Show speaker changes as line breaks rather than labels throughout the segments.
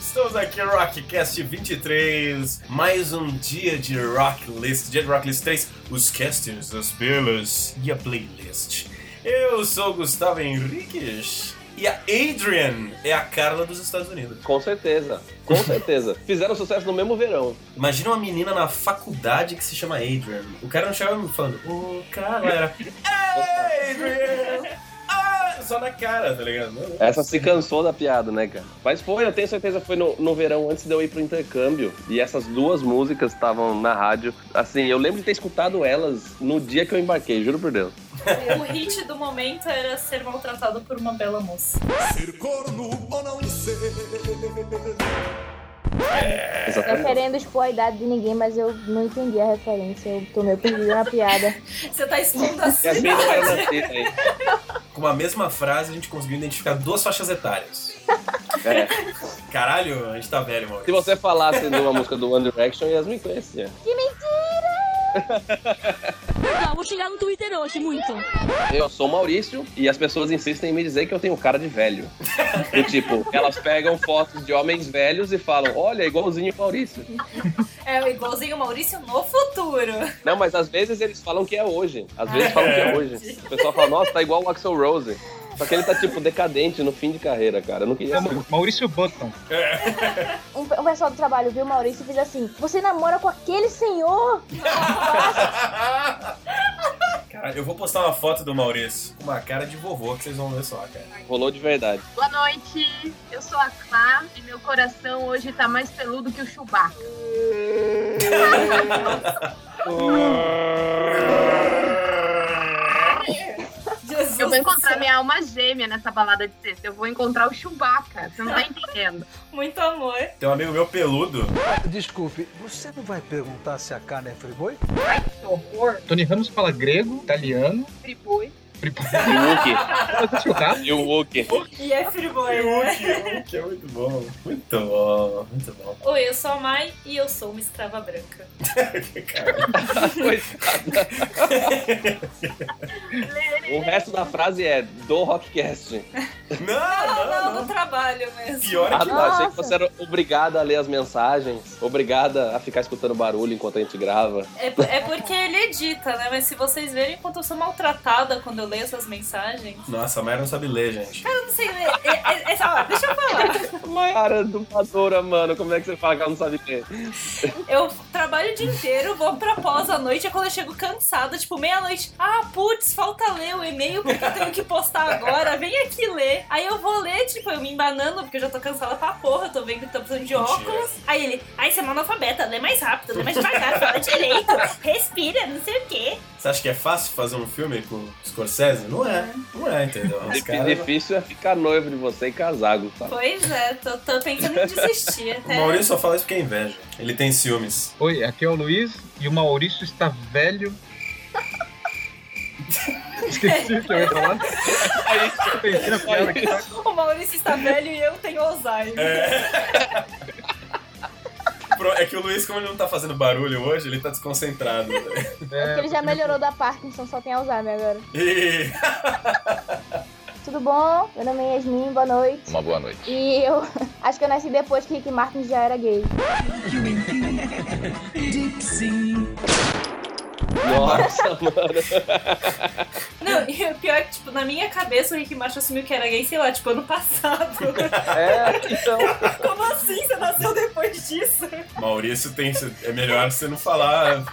Estamos aqui, Rockcast 23, mais um dia de Rocklist, dia de Rocklist 3, os castings, as pelas e a playlist. Eu sou o Gustavo Henriquez e a Adrian é a Carla dos Estados Unidos.
Com certeza, com certeza. Fizeram sucesso no mesmo verão.
Imagina uma menina na faculdade que se chama Adrian. O cara não chegava me falando, ô Carla, era Adrian! Ah, Só na cara, tá ligado? Não, não.
Essa se cansou da piada, né, cara? Mas foi, eu tenho certeza que foi no, no verão antes de eu ir pro intercâmbio. E essas duas músicas estavam na rádio. Assim, eu lembro de ter escutado elas no dia que eu embarquei, juro por Deus.
O hit do momento era ser maltratado por uma bela moça.
Ser corno ou não ser.
Tô querendo expor a idade de ninguém, mas eu não entendi a referência. Eu tô meio perdida na piada.
Você tá expondo assim.
E a minha era nascida aí.
Com a mesma frase, a gente conseguiu identificar duas faixas etárias.
É.
Caralho, a gente tá velho, mano.
Se você falasse de uma música do One Direction, Yasmin conhecia.
Que mentira!
Ah, vou xingar no Twitter hoje muito.
Eu sou Maurício e as pessoas insistem em me dizer que eu tenho cara de velho. Do tipo, elas pegam fotos de homens velhos e falam: Olha, é igualzinho o Maurício.
É igualzinho o Maurício no futuro.
Não, mas às vezes eles falam que é hoje. Às vezes falam que é hoje. O pessoal fala: Nossa, tá igual o Axel Rose. Só que ele tá, tipo, decadente no fim de carreira, cara. Eu não queria. ser.
Ma- Maurício Button.
Um, um pessoal do trabalho viu o Maurício e fez assim: Você namora com aquele senhor?
Caralho, eu vou postar uma foto do Maurício com uma cara de vovô que vocês vão ver só, cara.
Rolou de verdade.
Boa noite, eu sou a Clá e meu coração hoje tá mais peludo que o Chewbacca.
Jesus.
Eu vou encontrar
do céu.
minha alma gêmea nessa balada de sexta, eu vou encontrar o Chewbacca, você não tá entendendo.
Muito amor.
Tem um amigo meu peludo.
Desculpe, você não vai perguntar se a carne é friboi?
Ai, que horror,
Tony Ramos fala grego, italiano,
tribui.
E o Wookie.
chutado.
E o Wookie.
E é Freeboy, né?
que é muito bom. Muito bom, muito bom.
Oi, eu sou a Mai e eu sou uma escrava branca.
Cara,
O resto da frase é do Rockcast.
não, não,
Não,
não.
do trabalho mesmo.
Pior é
Ah,
que
tá. Achei que
Nossa.
você era obrigada a ler as mensagens, obrigada a ficar escutando barulho enquanto a gente grava.
É, é porque ele edita, né? Mas se vocês verem quanto eu sou maltratada quando eu leio essas mensagens.
Nossa, a Mayra não sabe ler, gente.
Eu não sei ler. É, é, é só, deixa eu falar.
Cara, é dubladora, mano, como é que você fala que ela não sabe ler?
Eu trabalho o dia inteiro, vou pra pós à noite, é quando eu chego cansada, tipo, meia-noite. Ah, putz, falta ler o e-mail porque eu tenho que postar agora. Vem aqui ler. Aí eu vou ler, tipo, eu me embanando, porque eu já tô cansada pra porra, eu tô vendo que tô precisando de
Mentira.
óculos. Aí ele, ai, você é uma analfabeta, lê mais rápido, lê mais devagar, fala direito, respira, não sei o quê.
Você acha que é fácil fazer um filme com o Scorsese? Não é, não é, entendeu? Os
Dif-
caras...
Difícil é ficar noivo de você e tá? casar, Gustavo.
Pois é, tô, tô pensando em desistir
O
até.
Maurício só fala isso porque é inveja. Ele tem ciúmes.
Oi, aqui é o Luiz e o Maurício está velho. Esqueci o que eu ia falar. Eu pensei na piada que tá-
O Maurício está velho e eu tenho Alzheimer.
É. Pro- É que o Luiz, como ele não tá fazendo barulho hoje, ele tá desconcentrado. né?
É Porque ele já melhorou da Parkinson, só tem Alzheimer agora.
E...
Tudo bom? Meu nome é Yasmin, boa noite.
Uma boa noite.
E eu acho que eu nasci depois que Rick Martin já era gay.
Nossa, mano.
Não, e o pior é que, tipo, na minha cabeça o Rick Martin assumiu que era gay, sei lá, tipo, ano passado.
É, então.
Como assim? Você nasceu depois disso?
Maurício tem. É melhor você não falar.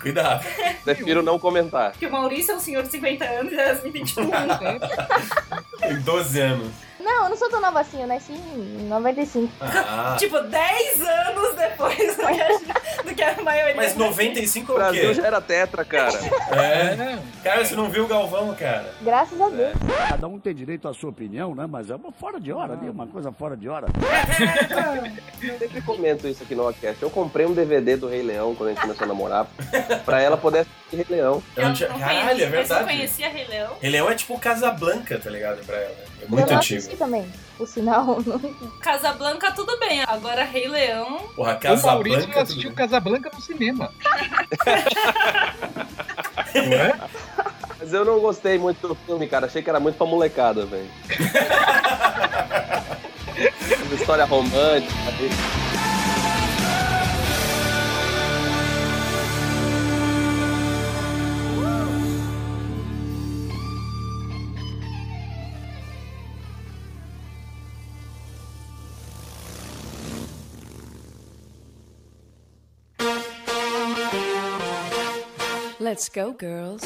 Cuidado.
Prefiro não comentar.
Porque o Maurício é um senhor de 50 anos e a Yasmin tem, tipo, um.
Tem 12 anos.
Não, eu não sou tão nova assim, eu nasci em 95.
Ah.
Tipo, 10 anos depois do que a, do que a maioria.
Mas 95
O
é o
Brasil
quê?
já era tetra, cara.
É.
É,
Cara, você não viu o Galvão, cara.
Graças a Deus.
Cada um tem direito à sua opinião, né? Mas é uma fora de hora ali, uma coisa fora de hora.
Eu sempre comento isso aqui no Rockcast. Eu comprei um DVD do Rei Leão quando a gente começou a namorar, pra ela poder assistir Rei Leão.
Eu não tinha- Caralho, é
Mas eu
verdade.
conhecia Rei Leão.
Ele é tipo Casablanca, tá ligado? Pra ela. É
eu
muito
não
antigo.
assisti também. Por sinal,
Casablanca, tudo bem. Agora Rei Leão.
Porra,
o Maurício não
Casablanca. é tudo
assistiu
bem.
Casablanca no cinema. Não é?
Mas eu não gostei muito do filme, cara. Achei que era muito pra molecada, velho. essas histórias românticas.
Let's go, girls.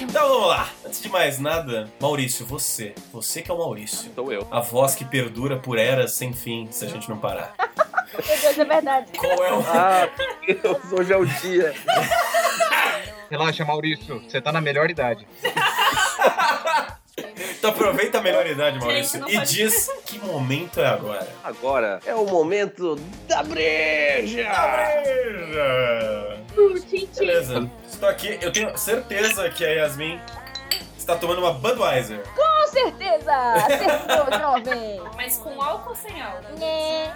Então vamos lá. Antes de mais nada, Maurício, você. Você que é o Maurício.
Sou eu.
A voz que perdura por eras sem fim, se a gente não parar.
Meu Deus, é verdade.
Qual é o.
Ah, meu Deus, hoje é o dia.
Relaxa, Maurício. Você tá na melhor idade.
Então aproveita a melhor idade, Maurício.
não
e
pode-
diz que momento é agora.
Agora é o momento da breja.
Beleza. Estou aqui, eu tenho certeza que a Yasmin está tomando uma Budweiser.
Com certeza! Acertou, jovem!
Mas com álcool ou sem álcool?
Né?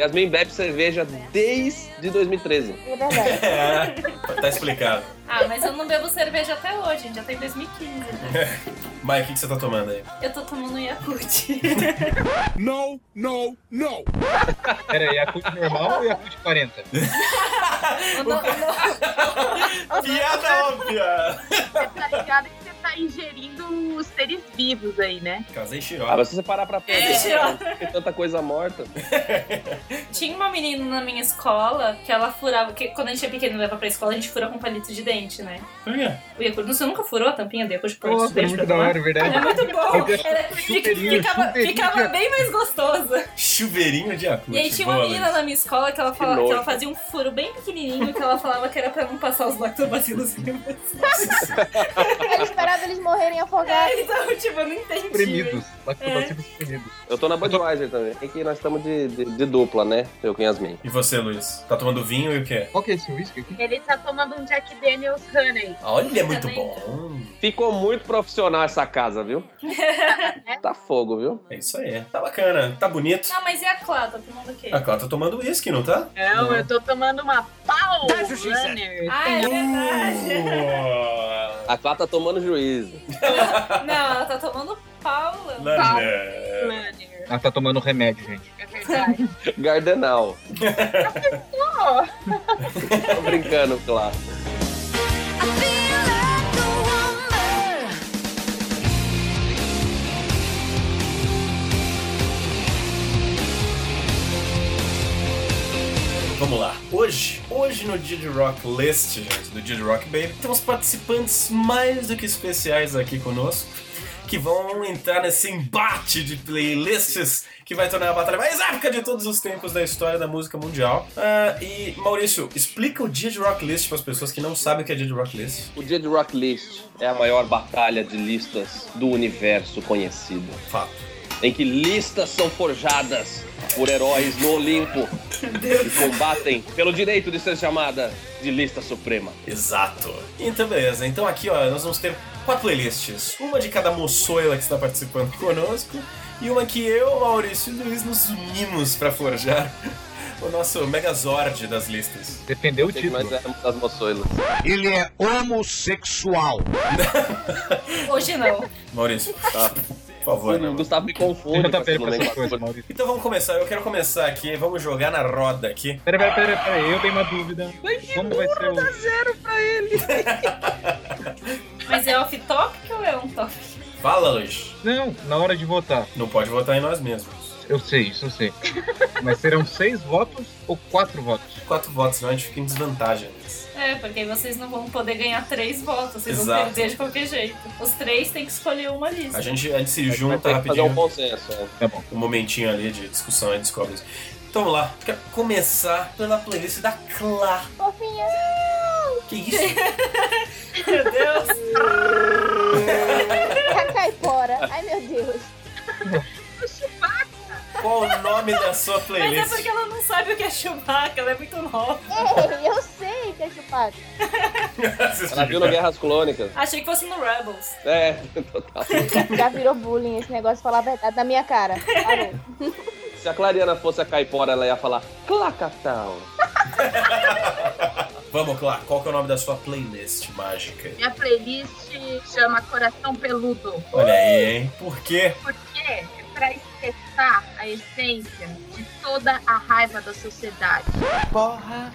Yasmin bebe cerveja desde 2013.
É verdade.
É, tá explicado.
Ah, mas eu não bebo cerveja até hoje, já tem 2015. né?
Mike, o que que você tá tomando aí?
Eu tô tomando Yakult.
Não, não, não.
Pera aí, Yakut normal ou Yakut 40?
Eu não- eu não-
Piada óbvia!
Tá ligado que você tá ingerindo os seres vivos aí, né?
Casei
Ah,
Shiroi.
mas se você parar pra
É,
pensar, tem tanta coisa morta.
Tinha uma menina na minha escola que ela furava. Que quando a gente é pequeno e leva pra escola, a gente fura com palito de dente, né?
Por quê?
O Yakult, você nunca furou a tampinha do Yakult por palito de
Nossa, é
dente? pra
muito da
tomar?
hora, é verdade.
É muito bom.
Eu
Era-
chuveirinho,
ficava,
chuveirinho,
ficava
cara.
bem mais gostoso.
Chuveirinho de acústico.
E aí tinha uma
boa,
menina
Alex.
na minha escola que ela, fala,
nojo.
que ela fazia um furo bem pequenininho que ela falava que era pra não passar os lactobacilos.
Ele esperava eles morrerem afogados.
então, tipo, eu não entendi.
Espremidos. Lactobacilos espremidos.
Eu tô na Budweiser também. É que nós estamos de, de- de dupla, né? Eu com Yasmin.
E você, Luiz? Tá tomando vinho e o quê?
Qual que é esse whisky aqui?
Ele tá tomando um Jack Daniels Honey.
Olha, é muito
Também.
bom.
Ficou muito profissional essa casa, viu? Tá fogo, viu?
É isso aí. Tá bacana, tá bonito.
Não, mas e a Clá? Tá tomando o quê?
A Clara tá tomando uísque, não tá?
Não, eu tô tomando uma pau
That's what she said.
runner.
Ah, é verdade.
Boa.
A Clá tá tomando juízo.
Não, ela tá tomando Paula.
Lana.
runner.
Ah, tá tomando remédio, gente.
É verdade.
Gardenal.
Pô,
Tô brincando, Clá.
Vamos lá. Hoje, hoje no Did Rock List, gente, do Did Rock Baby, temos participantes mais do que especiais aqui conosco. Que vão entrar nesse embate de playlists que vai tornar a batalha mais épica de todos os tempos da história da música mundial. Ah, e, Maurício, explica o Did Rock List para as pessoas que não sabem o que é Did Rock List.
O dia de Rock List é a maior batalha de listas do universo conhecido.
Fato.
Em que listas são forjadas por heróis no Olimpo e combatem pelo direito de ser chamada de lista suprema.
Exato. Então, beleza. Então, aqui, ó, nós vamos ter quatro playlists. Uma de cada moçoila que está participando conosco e uma que eu, Maurício e Luiz nos unimos para forjar o nosso megazord das listas.
Defendeu o
Sei que
título.
nós éramos das moçoilas.
Ele é homossexual.
Hoje não.
Maurício, por favor, né,
O
mano?
Gustavo me confunde
Você
com
tá
essa
pera pra essas coisas,
nomenclatura.
Maurício.
Então vamos começar, eu quero começar aqui, vamos jogar na roda aqui.
Pera, pera, pera, pera, aí, eu tenho uma dúvida. Como vai ser o.
Mas é off-topic ou é on-topic?
Fala, Luiz.
Não, na hora de votar.
Não pode votar em nós mesmos.
Eu sei, isso eu sei. Mas serão seis votos ou quatro votos?
Quatro votos, senão a gente fica em desvantagem. Luiz.
É, porque aí vocês não vão poder ganhar três votos. Vocês
Exato.
vão perder de qualquer jeito. Os três têm que escolher uma lista.
A gente, a gente se
Vai
junta
ter que fazer um
rapidinho.
consenso. é.
Tá bom.
um momentinho ali de discussão e descobre isso. Então vamos lá, quero começar pela playlist da Clá.
Fofinha.
Que isso?
Meu Deus.
Cacaipora. Ai, meu Deus.
Qual o nome da sua
Mas é
playlist?
porque ela não sabe o que é Chewbacca, ela é muito nova.
Ei, eu sei que é chupado.
Ela viu no Guerras Clônicas.
Achei que fosse no Rebels.
É, total.
Já virou bullying esse negócio de falar a verdade na minha cara. Parou.
Se a Clariana fosse a Caipora, ela ia falar Clacatão.
Vamos lá, qual que é o nome da sua playlist mágica?
Minha playlist chama Coração Peludo.
Olha aí, hein? Por quê?
Porque é pra expressar a essência de toda a raiva da sociedade.
Porra!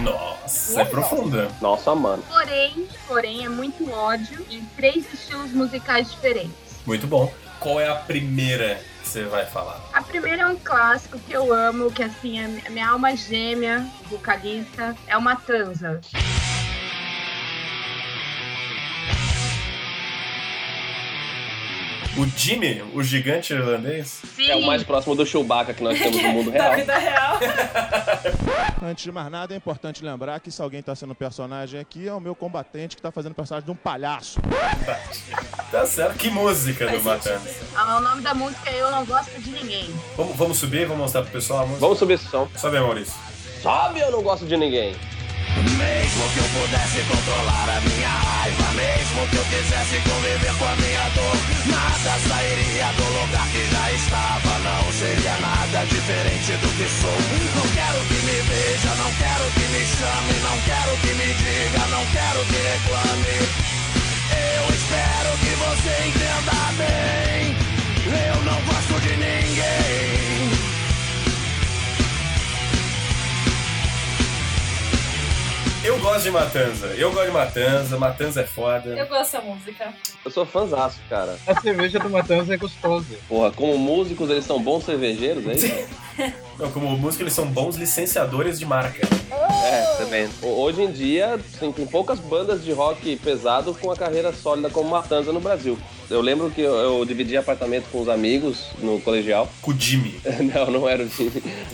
Nossa, é profunda.
Nossa, mano.
Porém, porém, é muito ódio em três estilos musicais diferentes.
Muito bom. Qual é a primeira que você vai falar?
A primeira é um clássico que eu amo, que assim, é mi- minha alma gêmea, vocalista, é uma transa.
É
O Jimmy, o gigante irlandês?
Sim,
É o mais próximo do Chewbacca que nós
É
temos no mundo
Da
real.
vida real.
Antes de mais nada, é importante lembrar que se alguém tá sendo personagem aqui, é o meu combatente que tá fazendo personagem de um palhaço.
Tá certo. Que música do Matanza.
ah, o nome da música é Eu Não Gosto de Ninguém.
Vamos, vamos subir, vamos mostrar pro pessoal a música.
Vamos subir esse som.
Sobe aí, Maurício.
Sobe, eu não gosto de ninguém.
Eu gosto de Matanza. Eu gosto de Matanza. Matanza é foda.
Eu gosto dessa música.
Eu sou fãzaço, cara.
A cerveja do Matanza é gostosa.
Porra, como músicos, eles são bons cervejeiros, é isso?
Não, como música, eles são bons licenciadores de marca.
É, também. Ho- Hoje em dia, tem, tem poucas bandas de rock pesado com a carreira sólida como Matanza no Brasil. Eu lembro que eu, eu dividi apartamento com os amigos no colegial.
Com o Jimmy.
Não, não era o time.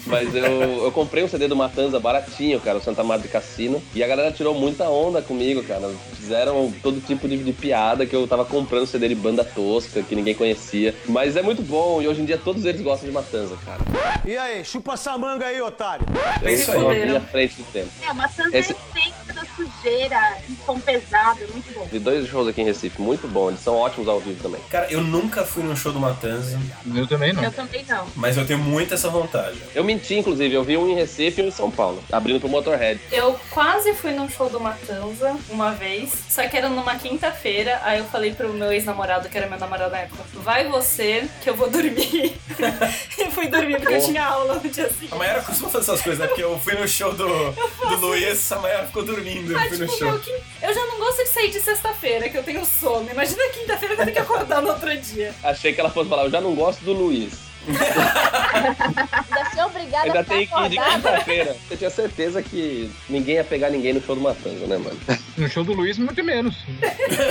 Mas eu, eu comprei um CD do Matanza baratinho, cara, o Santa Marta Cassino. E a galera tirou muita onda comigo, cara. Fizeram todo tipo de, de piada que eu tava comprando CD de banda tosca, que ninguém conhecia. Mas é muito bom e hoje em dia todos eles gostam de Matanza, cara.
E aí, chupa essa manga aí, otário.
Eu
isso aí.
estou aqui à frente do tempo.
É, uma transa
Esse-
é a essência da sujeira, um som pesado, é muito bom.
Vi dois shows aqui em Recife, muito bom. Eles são ótimos ao vivo também.
Cara, eu nunca fui num show do Matanza,
Eu também não.
Eu também não.
mas eu tenho muita essa vontade.
Eu menti, inclusive. Eu vi um em Recife e um em São Paulo, abrindo pro Motorhead.
Eu quase fui num show do Matanza uma vez, só que era numa quinta-feira. Aí eu falei pro meu ex-namorado, que era meu namorado na época, vai você, que eu vou dormir. e fui dormir porque eu tinha aula no dia seguinte.
A Mayara costuma fazer essas coisas, né? Porque eu fui no show do, do Luiz, a Mayara ficou dormindo. Eu
Ah,
fui no
tipo,
show.
meu, que... eu já não gosto de sair de sexta-feira, que eu tenho sono. Imagina quinta-feira que eu tenho que acordar no outro dia.
Achei que ela fosse falar, eu já não gosto do Luiz.
Ainda ser obrigada
Ainda
a
tem
ficar
que ir de
acordada.
quinta-feira. Eu tinha certeza que ninguém ia pegar ninguém no show do Matanza, né, mano?
No show do Luiz, muito menos.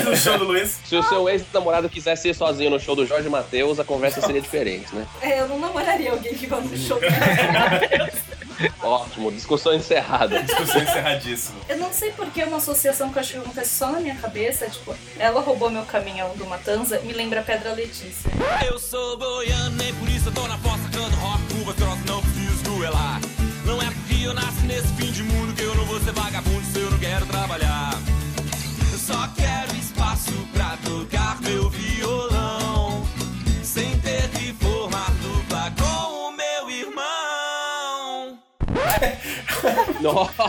no show do Luiz.
Se o seu ex-namorado quisesse ir sozinho no show do Jorge Matheus, a conversa seria diferente, né?
É, eu não namoraria alguém que gosta de show.
Ótimo, discussão encerrada.
Discussão encerradíssima.
Eu não sei porque é uma associação que eu acho que acontece só na minha cabeça. Tipo, ela roubou meu caminhão do Matanza, me lembra a Pedra Letícia.
Eu sou boiano, nem por isso eu tô na fossa, canto rock, curva, troço, não preciso duelar. Não é porque eu nasci nesse fim de mundo que eu não vou ser vagabundo se eu não quero trabalhar. Eu só quero espaço pra tocar meu violão, sem ter que formar dupla com o meu irmão.
Nossa.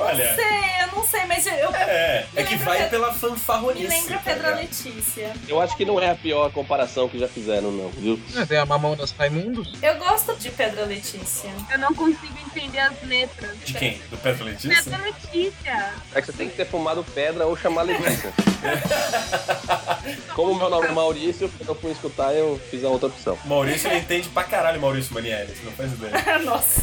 Olha,
Sei, eu não sei, mas eu. eu-
é. É que
lembra
vai
Pedro-
pela
Me
fanfarronice.
lembra a
tá
Pedra
ligado?
Letícia.
Eu acho que não é a pior comparação que já fizeram, não, viu?
É, Tem a mamão das Raimundos.
Eu gosto de Pedra Letícia.
Eu não consigo entender as letras.
De quem? Do Pedro Letícia?
Pedra Letícia.
É que você tem que ter fumado pedra ou chamar Letícia. Como meu nome é Maurício, eu fui escutar eu fiz a outra opção.
Maurício, ele entende pra caralho Maurício Manieri, você não faz ideia.
Nossa.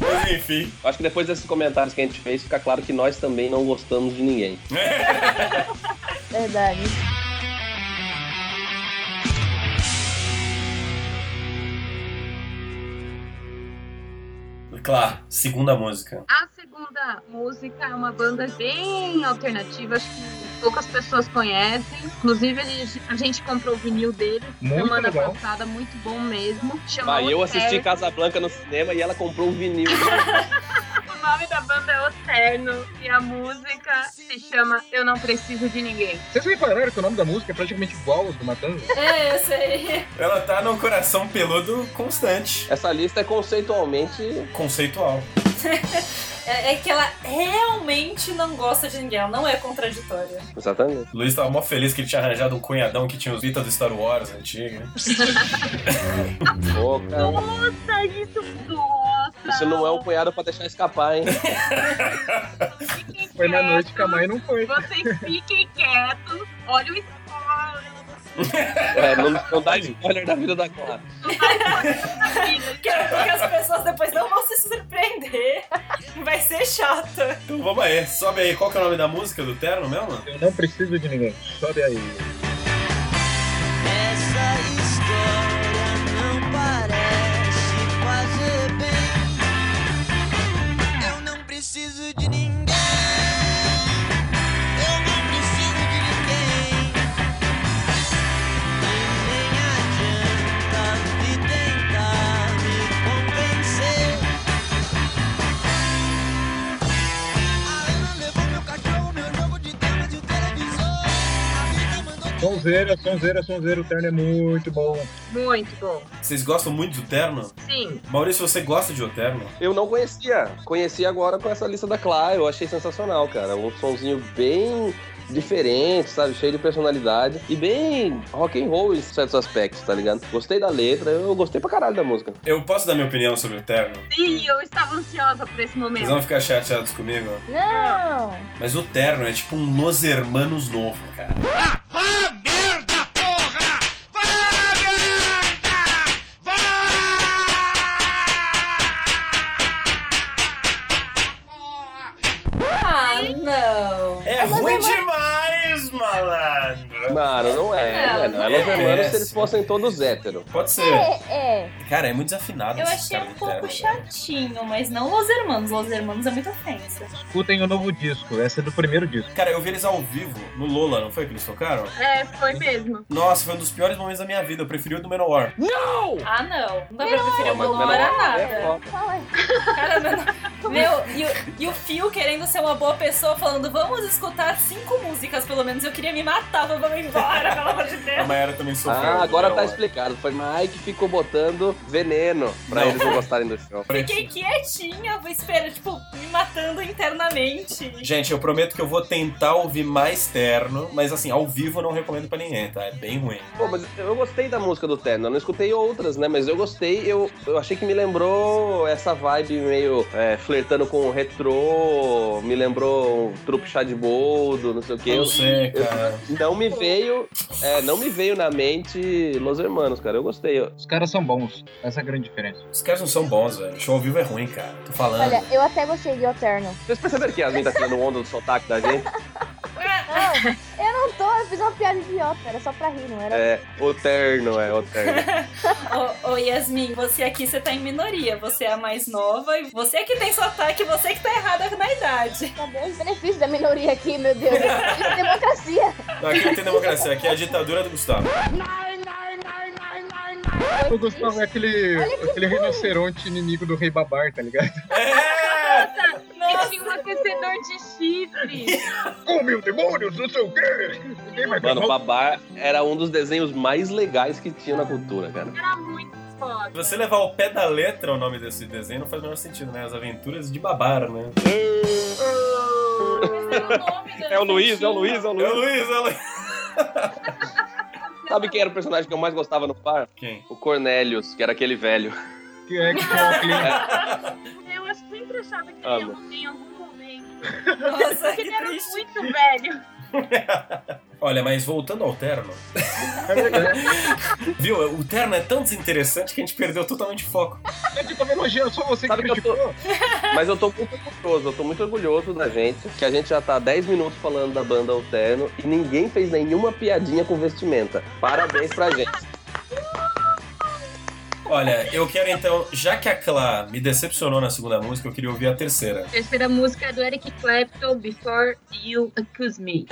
Mas enfim,
Eu Acho que depois desses comentários que a gente fez, fica claro que nós também não gostamos de ninguém.
Verdade.
claro, segunda música.
A segunda música é uma banda bem alternativa, acho que poucas pessoas conhecem. Inclusive, a gente, a gente comprou o vinil dele
Muito
semana
legal.
passada, muito bom mesmo. Chama
Mas eu
Otero.
assisti Casablanca no cinema e ela comprou um vinil.
O nome da banda é Otero. inferno e a música se chama Eu Não Preciso de Ninguém.
Vocês repararam que o nome da música é praticamente igual aos do Matanza?
É, eu sei.
Ela tá no coração peludo constante.
Essa lista é conceitualmente.
Conceitual.
É, é que ela realmente não gosta de ninguém, ela não é contraditória.
Exatamente.
O Luiz tava mó feliz que ele tinha arranjado um cunhadão que tinha os Vita do Star Wars antigo. né?
Pô, cara.
Nossa, isso nossa.
Isso não é um cunhado pra deixar escapar, hein?
É,
Foi na noite que a mãe não foi.
Vocês fiquem quietos, olha o spoiler.
É, não, não dá spoiler da vida da Clara.
Que é porque as pessoas depois não vão se surpreender. Vai ser chato.
Então vamos aí, sobe aí. Qual que é o nome da música do Terno mesmo?
Eu não preciso de ninguém. Sobe aí.
Essa história não parece fazer bem. Eu não preciso de ninguém. Eu não preciso de ninguém. E nem adianta me tentar me convencer. A Helena levou meu cachorro, meu jogo de damas e o televisor.
Sonzeira, sonzeira, sonzeira. O terno é muito bom.
Muito bom.
Vocês gostam muito do Terno?
Sim.
Maurício, você gosta de O Terno?
Eu não conhecia. Conheci agora com essa lista da Clara. Eu achei sensacional, cara. Um sonzinho bem diferente, sabe? Cheio de personalidade e bem rock and roll em certos aspectos, tá ligado? Gostei da letra, eu gostei pra caralho da música.
Eu posso dar minha opinião sobre o Terno?
Sim, eu estava ansiosa por esse
Vocês
momento.
vão ficar chateados comigo?
Não!
Mas o Terno é tipo um Los Hermanos novo, cara.
Ah, não.
É ruim demais, malandro.
Mano, não é, não é, não. Elas hermanas se eles fossem todos hétero.
Pode ser.
É, é.
Cara, é muito desafinado
Eu
esse
achei
cara
um
do
pouco
Terno.
chatinho, mas não Los Hermanos. Los Hermanos é muito ofensa.
Escutem o novo disco. Essa é do primeiro disco.
Cara, eu vi eles ao vivo no Lola, não foi que eles tocaram?
É, foi mesmo.
Nossa, foi um dos piores momentos da minha vida. Eu preferi o do Menor.
Ah, não. Não dá pra preferir uma
Menor
hora
é
nada.
foda.
Fala aí.
Cara, meu, meu, e, o- e o Phil querendo ser uma boa pessoa, falando, vamos escutar cinco músicas, pelo menos. Eu queria me matar, vamos embora, pelo amor de
A
Deus.
Mayara também sofreu.
Ah, agora tá
Menor.
explicado. Foi Mike que ficou botando veneno pra
Não.
eles não gostarem do show.
Fiquei quietinha, espera, tipo, me matando internamente.
Gente, eu prometo que eu vou tentar ouvir mais terno, mas assim, ao vivo eu não recomendo pra ninguém, tá? É bem ruim.
Pô, mas eu gostei da música do Terno. Eu não escutei outras, né? Mas eu gostei. Eu, eu achei que me lembrou essa vibe meio é, flertando com o retrô. Me lembrou um trupe chá de boldo, não sei o quê.
Eu sei,
eu-
cara.
Não me veio, é, não me veio na mente Los Hermanos, cara. Eu gostei. Eu-
Os caras são bons. Essa é a grande diferença.
Os caras não são bons, velho. Show ao vivo é ruim, cara. Tô falando.
Olha, eu até gostei de Oterno.
Vocês perceberam que Yasmin tá tirando onda do sotaque da gente?
Não, eu não tô, eu fiz uma piada idiota, era só pra rir, não era?
É, o terno, é, o terno.
Ô, ô, Yasmin, você aqui, você tá em minoria. Você é a mais nova e você que tem sotaque, você que tá errada na idade.
Cadê os benefícios da minoria aqui, meu Deus? Isso é democracia.
Aqui não tem democracia, aqui é a ditadura do Gustavo.
O Gustavo é aquele, aquele rinoceronte inimigo do Rei Babar, tá ligado?
É!
E tinha um aquecedor de chifre.
Oh, meu demônios, não sei o quê. Ninguém vai
Mano,
tomar-
Babar era um dos desenhos mais legais que tinha na cultura, cara.
Era muito foda.
Se você levar ao pé da letra o nome desse desenho, não faz o menor sentido, né? As aventuras de babar, né?
É o Luiz, é o Luiz,
É
é o
o
Luiz.
Luiz, é o Luiz.
Sabe quem era o personagem que eu mais gostava no par?
Quem?
O Cornelius, que era aquele velho.
Que é que tinha o clima.
Eu acho sempre achava que
Ah,
ele ia morrer em algum momento.
Nossa,
Porque
que
ele era
triste.
muito velho.
Olha, mas voltando ao terno.
É
Viu? O terno é tão desinteressante que a gente perdeu totalmente o foco.
Eu te tava elogiando, só você que
Sabe que eu tô-
criticou.
Mas eu tô muito orgulhoso, eu tô muito orgulhoso da gente, que a gente já tá 10 minutos falando da banda Alterno e ninguém fez nenhuma piadinha com vestimenta. Parabéns pra gente.
Olha, eu quero então, já que a Clá me decepcionou na segunda música, eu queria ouvir a terceira.
Terceira música é do Eric Clapton, Before You Accuse Me.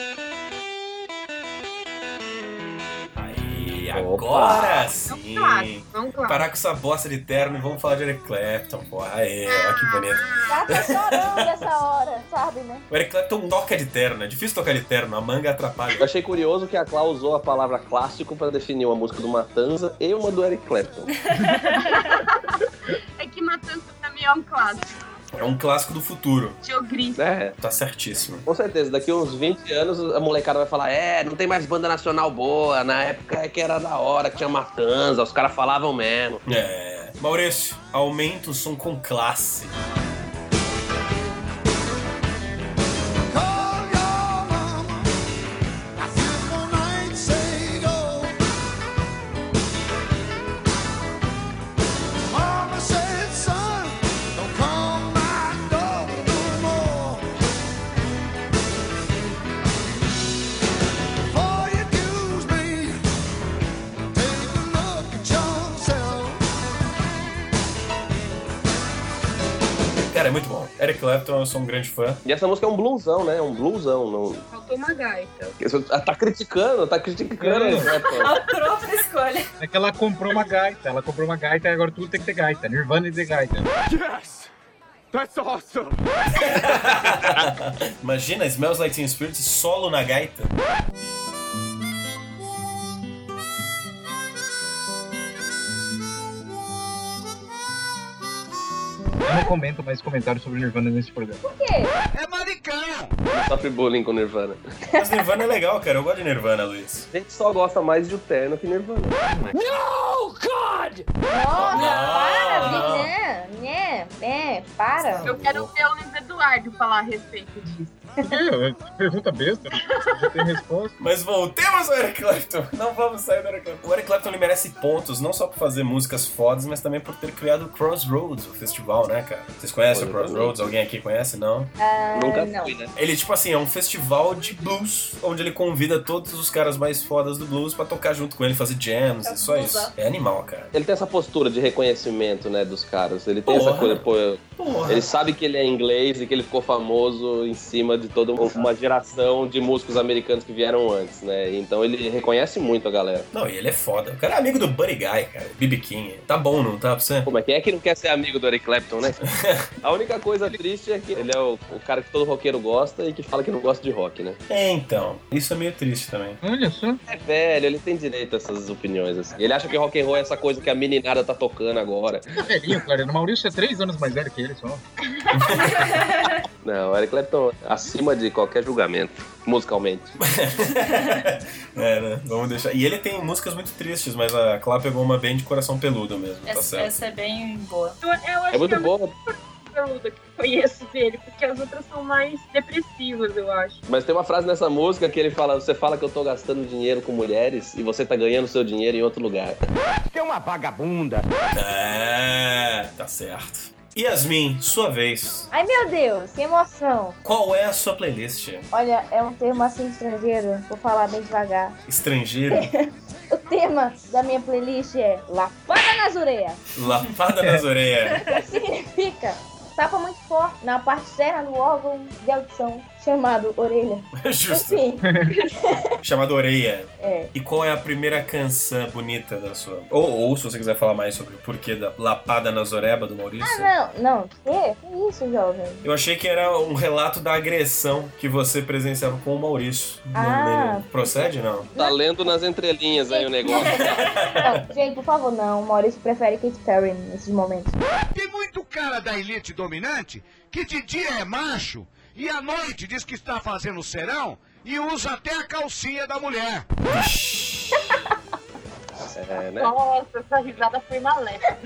Aí, agora sim.
clássico, é um clássico.
Parar com essa bosta de terno e vamos falar de Eric Clapton, porra. Aê, olha que bonito.
Já tá chorando essa hora, sabe, né?
O Eric Clapton toca de terno, é difícil tocar de terno, a manga atrapalha.
Eu achei curioso que a Clau usou a palavra clássico pra definir uma música do Matanza e uma do Eric Clapton.
É que Matança pra mim é um clássico.
É um clássico do futuro.
Geogri.
É.
Tá certíssimo.
Com certeza, daqui uns 20 anos a molecada vai falar: é, não tem mais banda nacional boa, na época é que era da hora, que tinha Matanza, os caras falavam mesmo.
É. Maurício, aumenta o som com classe. Cara, é muito bom. Eric Clapton, eu sou um grande fã.
E essa música é um bluesão, né? É Um bluesão. Não...
Faltou uma então. gaita.
Tá criticando, tá criticando.
É.
né, pô?
A própria escolha.
É que ela comprou uma gaita. Ela comprou uma gaita e agora tudo tem que ter gaita. Nirvana e ter gaita.
Yes! That's awesome!
Imagina, Smells Like Teen Spirit solo na gaita.
Eu não comento mais comentários sobre Nirvana nesse programa.
É maricana!
Sofre bullying com Nirvana.
Mas Nirvana é legal, cara. Eu gosto de Nirvana, Luiz.
A gente só gosta mais de o terno que Nirvana.
No, God!
Nossa,
Ah.
Não.
para, Vigan! Né, né,
Tá
para.
Eu quero ver o Luiz Eduardo falar a respeito disso.
É, Pergunta besta, não tem resposta.
Mas voltemos ao Eric Clapton. Não vamos sair do Eric Clapton. O Eric Clapton ele merece pontos, não só por fazer músicas fodas, mas também por ter criado o Crossroads, o festival, né, cara? Vocês conhecem o Crossroads? Alguém aqui conhece? Não?
Nunca
não.
fui, né?
Ele, tipo assim, é um festival de blues, onde ele convida todos os caras mais fodas do blues pra tocar junto com ele, fazer jams,
É
é só isso.
blusão.
É animal, cara.
Ele tem essa postura de reconhecimento, né, dos caras. Ele tem essa
Porra.
coisa, pô, eu-
Porra.
ele sabe que ele é inglês e que ele ficou famoso em cima de toda uma geração de músicos americanos que vieram antes, né? Então ele reconhece muito a galera.
Não, e ele é foda. O cara é amigo do Buddy Guy, cara. BB King. Tá bom, não tá pra você?
Pô, mas quem é que não quer ser amigo do Eric Clapton, né? A única coisa triste é que ele é o, o cara que todo roqueiro gosta e que fala que não gosta de rock, né?
É, então. Isso é meio triste também.
Olha só.
É velho, ele tem direito a essas opiniões, assim. Ele acha que rock and roll é essa coisa que a meninada tá tocando agora.
Tá velhinho, cara. O Maurício é três anos mais velho que ele só.
Não, Eric Clapton acima de qualquer julgamento, musicalmente.
É, né? Vamos deixar. E ele tem músicas muito tristes, mas a Clá pegou uma bem de coração peludo mesmo, tá
Essa,
certo?
essa é bem boa.
Eu, eu acho
É
que
muito
é
boa,
o conteúdo que eu conheço dele, porque as outras são mais depressivas, eu acho.
mas tem uma frase nessa música que ele fala: Você fala que eu tô gastando dinheiro com mulheres e você tá ganhando seu dinheiro em outro lugar.
Que é uma vagabunda!
É, tá certo. Yasmin, sua vez.
Ai, meu Deus, que emoção.
Qual é a sua playlist?
Olha, é um termo assim estrangeiro, vou falar bem devagar.
Estrangeiro,
O tema da minha playlist é Lapada nas orelhas.
lapada nas orelhas.
que significa tapa muito forte na parte externa do órgão de audição, chamado orelha.
Justo.
Enfim,
Chamada Oreia.
é.
E qual é a primeira canção bonita da sua? Ou, ou se você quiser falar mais sobre o porquê da lapada nas oreba do Maurício.
Ah, não, não. Que? Que isso, jovem?
Eu achei que era um relato da agressão que você presenciava com o Maurício. Não-
Ah.
não- Procede, não?
Tá
Né?
lendo nas entrelinhas aí o negócio.
Não, gente, por favor, não. O Maurício prefere Katy Perry nesses momentos.
Tem muito cara da elite dominante que de dia é macho e à noite diz que está fazendo serão e usa até a calcinha da mulher.
É, né?
Nossa, essa risada foi maléfica.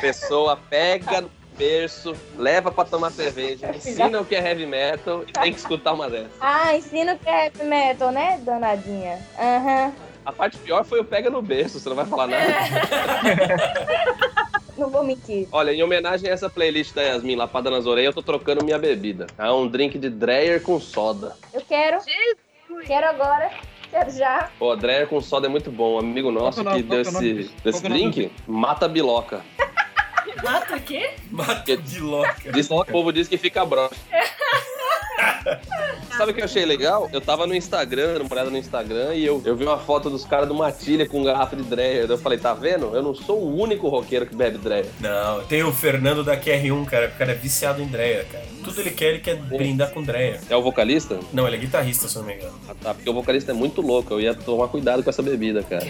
pessoa pega no berço, leva pra tomar cerveja, ensina o que é heavy metal e tem que escutar uma dessa.
Ah, ensino que é heavy metal, né, danadinha? Aham.
A parte pior foi o pega no berço, você não vai falar
É.
nada.
Não vou mentir.
Olha, em homenagem a essa playlist da Yasmin Lapada nas orelhas, eu tô trocando minha bebida. É um drink de Dreyer com soda.
Eu quero, quero agora, quero já.
Pô, Dreyer com soda é muito bom. Um amigo nosso
Qual que é
que
o
deu
nome? Qual que é o
esse,
nome?
desse
Qual que é o nome?
drink, mata biloca.
Mata o quê?
é
Mata de louca.
Diz, o povo diz que fica broxa. Sabe o que eu achei legal? Eu tava no Instagram, dando uma olhada no Instagram, e eu, eu vi uma foto dos caras de uma tilha com garrafa de Dreyer. Eu falei, tá vendo? Eu não sou o único roqueiro que bebe Dreyer.
Não, tem o Fernando da QR1, cara. O cara é viciado em Dreyer, cara. Tudo ele quer, ele quer brindar com Dreyer.
É o vocalista?
Não, ele é guitarrista, se eu não me engano.
Ah, tá, porque o vocalista é muito louco. Eu ia tomar cuidado com essa bebida, cara.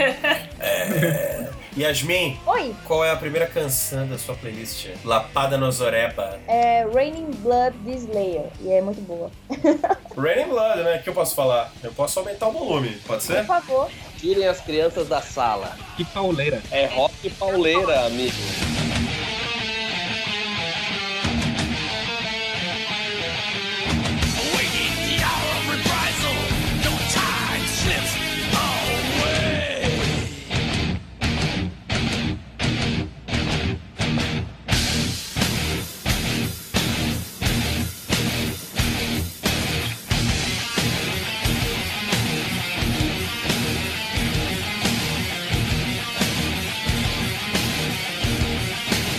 Yasmin,
Oi.
qual é a primeira canção da sua playlist? Lapada Nozorepa.
É Raining Blood de Slayer. E é muito boa.
Raining Blood, né? O que eu posso falar? Eu posso aumentar o volume, pode
Por
ser?
favor.
Tirem as crianças da sala.
Que pauleira.
É rock pauleira, amigo.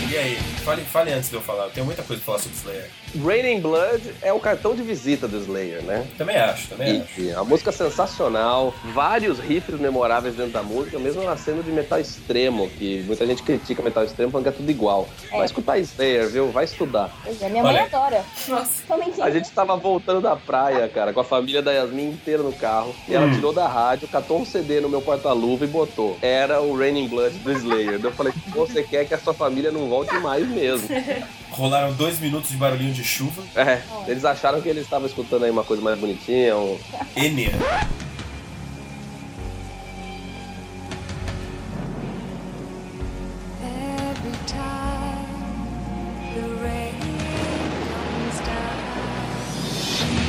E aí? Fale, fale antes de eu falar. Eu tenho muita coisa pra falar sobre Slayer.
Raining Blood é o cartão de visita do Slayer, né?
Também acho, também acho.
E, e a música é sensacional, vários riffs memoráveis dentro da música, mesmo ela sendo de metal extremo, que muita gente critica metal extremo falando que é tudo igual.
É.
Vai escutar Slayer, viu? Vai estudar.
Pois é, minha mãe
Olha.
adora. Nossa. Também
A gente tava voltando da praia, cara, com a família da Yasmin inteira no carro. E ela
Hum.
tirou da rádio, catou um CD no meu porta-luva e botou. Era o Raining Blood do Slayer. Daí Eu falei, você quer que a sua família não volte mais mesmo.
Rolaram dois minutos de barulhinho de chuva.
É, eles acharam que eles estavam escutando aí uma coisa mais bonitinha, um...
Enya.
Every time the rain comes down.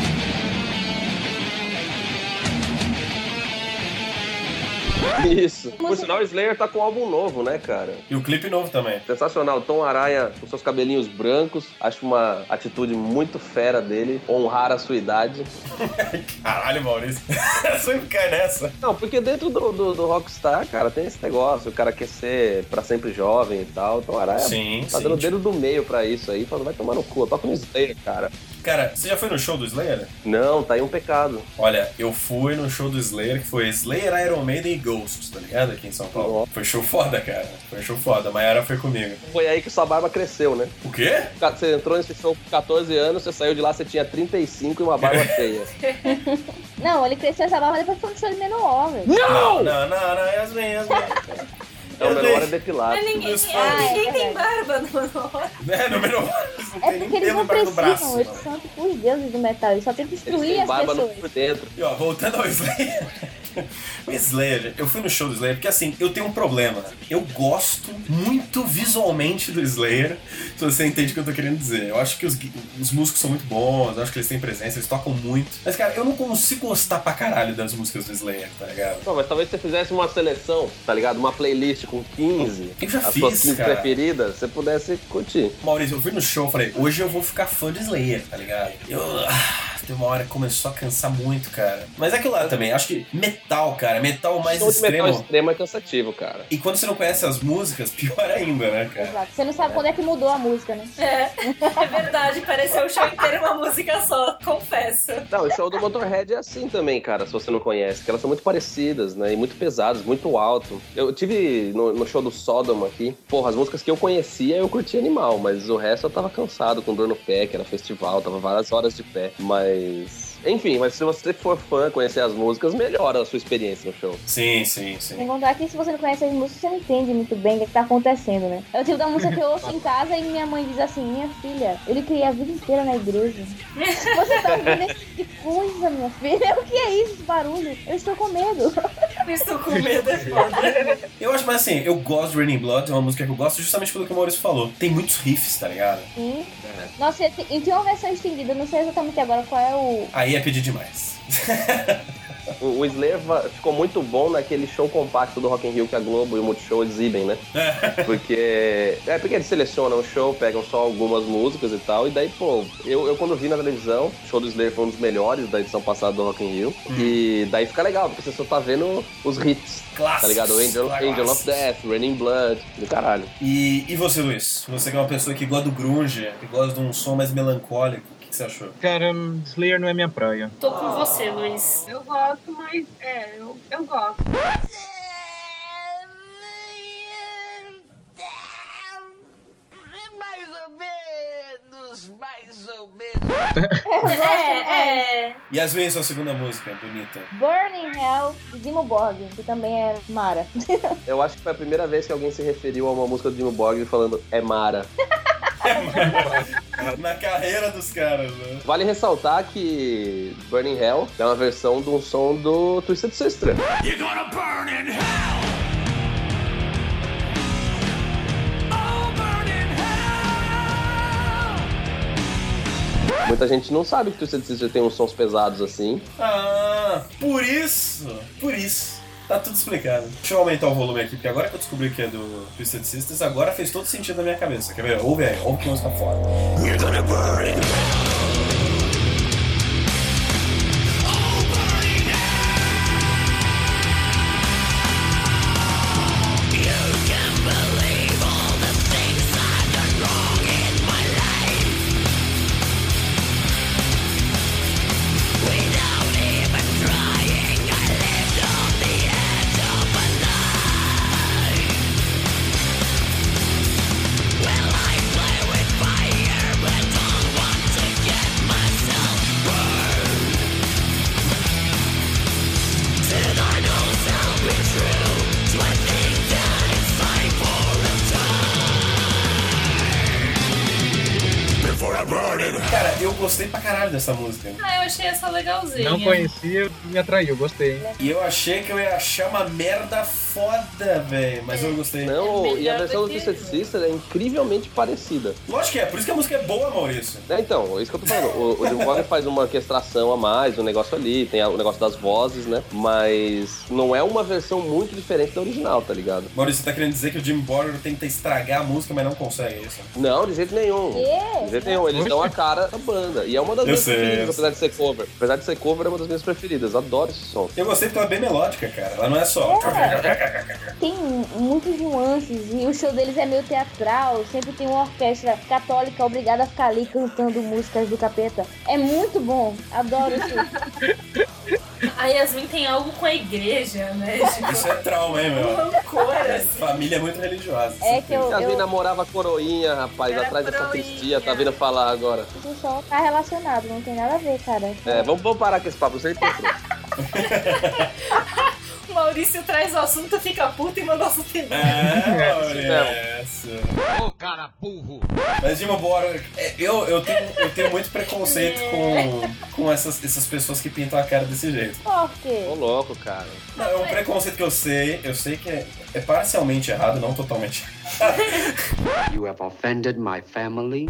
Isso. Por sinal, o Slayer tá com um álbum novo, né, cara?
E o clipe novo também.
Sensacional. Tom Araya com seus cabelinhos brancos. Acho uma atitude muito fera dele. Honrar a sua idade.
Caralho, Maurício. Sempre cai nessa.
Não, porque dentro do, do, do Rockstar, cara, tem esse negócio. O cara quer ser pra sempre jovem e tal. Tom Araya
Sim,
tá
sim,
dando o
tipo-
dedo do meio pra isso aí. Falando, vai tomar no cu. Toca no Slayer, cara.
Cara, você já foi no show do Slayer?
Não, tá aí um pecado.
Olha, eu fui no show do Slayer, que foi Slayer, Iron Maiden e Ghosts, tá ligado? Aqui em São Paulo. Foi show foda, cara. Foi show foda. A Mayara foi comigo.
Foi aí que sua barba cresceu, né?
O quê?
Você entrou nesse show com 14 anos, você saiu de lá, você tinha 35 e uma barba feia.
Não, ele cresceu essa barba depois foi no show de menor, velho.
Não, não, não, não, Yasmin, Yasmin.
Não,
Eu
meu
dei-
hora é depilado.
Mas ninguém,
Meus
ah,
fãs.
ninguém tem barba no
É, no menor.
É porque eles não
barba no braço,
precisam, eles são tipo os deuses do metal, eles só têm que
Eles
destruir
têm
as
barba no,
pessoas.
por dentro.
E ó, voltando ao Slayer. O Slayer, gente, eu fui no show do Slayer porque assim, eu tenho um problema. Eu gosto muito visualmente do Slayer, se você entende o que eu tô querendo dizer. Eu acho que os, gui- os músicos são muito bons, eu acho que eles têm presença, eles tocam muito. Mas cara, eu não consigo gostar pra caralho das músicas do Slayer, tá ligado?
Não, mas talvez você fizesse uma seleção, tá ligado? Uma playlist com 15,
Eu já
as
fiz,
suas 15
cara.
preferidas, você pudesse curtir.
Maurício, eu fui no show e falei, hoje eu vou ficar fã de Slayer, tá ligado? Eu. Ah, tem uma hora que começou a cansar muito, cara. Mas é aquilo lá também, acho que metal, cara, metal mais
Show de metal
extremo.
extremo é cansativo, cara.
E quando você não conhece as músicas, pior ainda, né, cara?
Exato. Você não sabe quando é que mudou a música, né?
É, é verdade, pareceu o show inteiro uma música só, confesso.
Não, o show do Motorhead é assim também, cara, se você não conhece, que elas são muito parecidas, né? E muito pesadas, muito alto. Eu tive no, no show do Sodom aqui, porra, as músicas que eu conhecia eu curti animal, mas o resto eu tava cansado, com dor no pé, que era festival, tava várias horas de pé, mas. Enfim, mas se você for fã, conhecer as músicas, melhora a sua experiência no show.
Sim, sim, sim.
Sem contar que se você não conhece as músicas, você não entende muito bem o que, é que tá acontecendo, né? É o tipo da música que eu ouço em casa e minha mãe diz assim, minha filha, eu lhe criei a vida inteira na igreja. Você tá ouvindo esse tipo de coisa, minha filha? O que é isso, esse barulho? Eu estou com medo.
Eu estou com medo, é foda.
Eu acho, mas assim, eu gosto de Raining Blood, é uma música que eu gosto justamente pelo que o Maurício falou. Tem muitos riffs, tá ligado?
Sim. Nossa, e tem- e tem uma versão estendida, eu não sei exatamente agora qual é o...
Aí é pedir demais.
O, o Slayer va- ficou muito bom naquele show compacto do Rock in Rio que a Globo e o Multishow exibem, né? Porque é porque eles selecionam o show, pegam só algumas músicas e tal, e daí, pô, eu, eu quando vi na televisão, o show do Slayer foi um dos melhores da edição passada do Rock in Rio, e daí fica legal, porque você só tá vendo os hits, tá
Clássicos,
ligado? Angel,
clássicos.
Angel of Death, Raining Blood, do caralho.
E, e você, Luiz? Você que é uma pessoa que gosta do grunge, que gosta de um som mais melancólico, o que que você achou?
Cara, hum, Slayer não é minha praia.
Tô com você, Luiz.
Eu gosto, mas é, eu, eu gosto.
Mais ou menos, mais ou menos.
É,
é.
Yasmin, sua segunda música, bonita.
Burning Hell de Dimo Borg, que também é Mara.
Eu acho que foi a primeira vez que alguém se referiu a uma música do Jimmy Borg falando é Mara.
Na carreira dos caras, né?
Vale ressaltar que Burning Hell é uma versão de um som do Twisted Sister.
You're gonna burn in hell. Oh,
Muita gente não sabe que Twisted Sister tem uns sons pesados assim.
Ah, por isso, por isso. Tá tudo explicado. Deixa eu aumentar o volume aqui, porque agora que eu descobri que é do Twisted Sisters, agora fez todo sentido na minha cabeça. Quer ver? Ouve aí, ouve que música foda.
You're gonna burn in hell.
Cara, eu gostei pra caralho dessa música.
Ah, eu achei essa legalzinha.
Não conhecia, me atraiu, gostei.
E eu achei que eu ia achar uma merda foda, velho. Mas eu gostei.
Não, e a versão do Twisted Sister é incrivelmente parecida.
Lógico que é, por isso que a música é boa, Maurício.
É, então, é isso que eu tô falando. O, o Jimmy Borg faz uma orquestração a mais, um negócio ali, tem a- o negócio das vozes, né? Mas não é uma versão muito diferente da original, tá ligado?
Maurício, você tá querendo dizer que o Jim Borger tenta estragar a música, mas não consegue é isso?
Não, de jeito nenhum.
Quê?
De jeito nenhum, eles dão a cara da banda. E é uma das
Eu
minhas
sei,
preferidas,
eu
apesar de ser cover. Apesar de ser cover, é uma das minhas preferidas. Adoro esse som.
Eu gostei porque ela é bem melódica, cara. Ela não é só.
Tem muitos nuances e o show deles é meio teatral. Sempre tem uma orquestra católica obrigada a ficar ali cantando músicas do capeta. É muito bom, adoro isso.
A Yasmin tem algo com a igreja, né?
Isso é trauma, hein, meu?
Loucura, assim.
Família é muito religiosa.
É que eu,
As
eu,
meninas moravam coroinha, rapaz, atrás da sacristia, tá vindo falar agora.
isso só tá relacionado, não tem nada a ver, cara.
É, vamos, vamos parar com esse papo, você encontrou.
O Maurício traz o assunto, fica puto e manda o assunto embora.
É,
É,
Maurício.
Ô, cara burro!
Mas Dima Bora, é, eu, eu, tenho, eu tenho muito preconceito com, com essas, essas pessoas que pintam a cara desse jeito.
Por quê?
Ô louco, cara.
Não, é um preconceito que eu sei, eu sei que é, é parcialmente errado, não totalmente.
You have offended my family.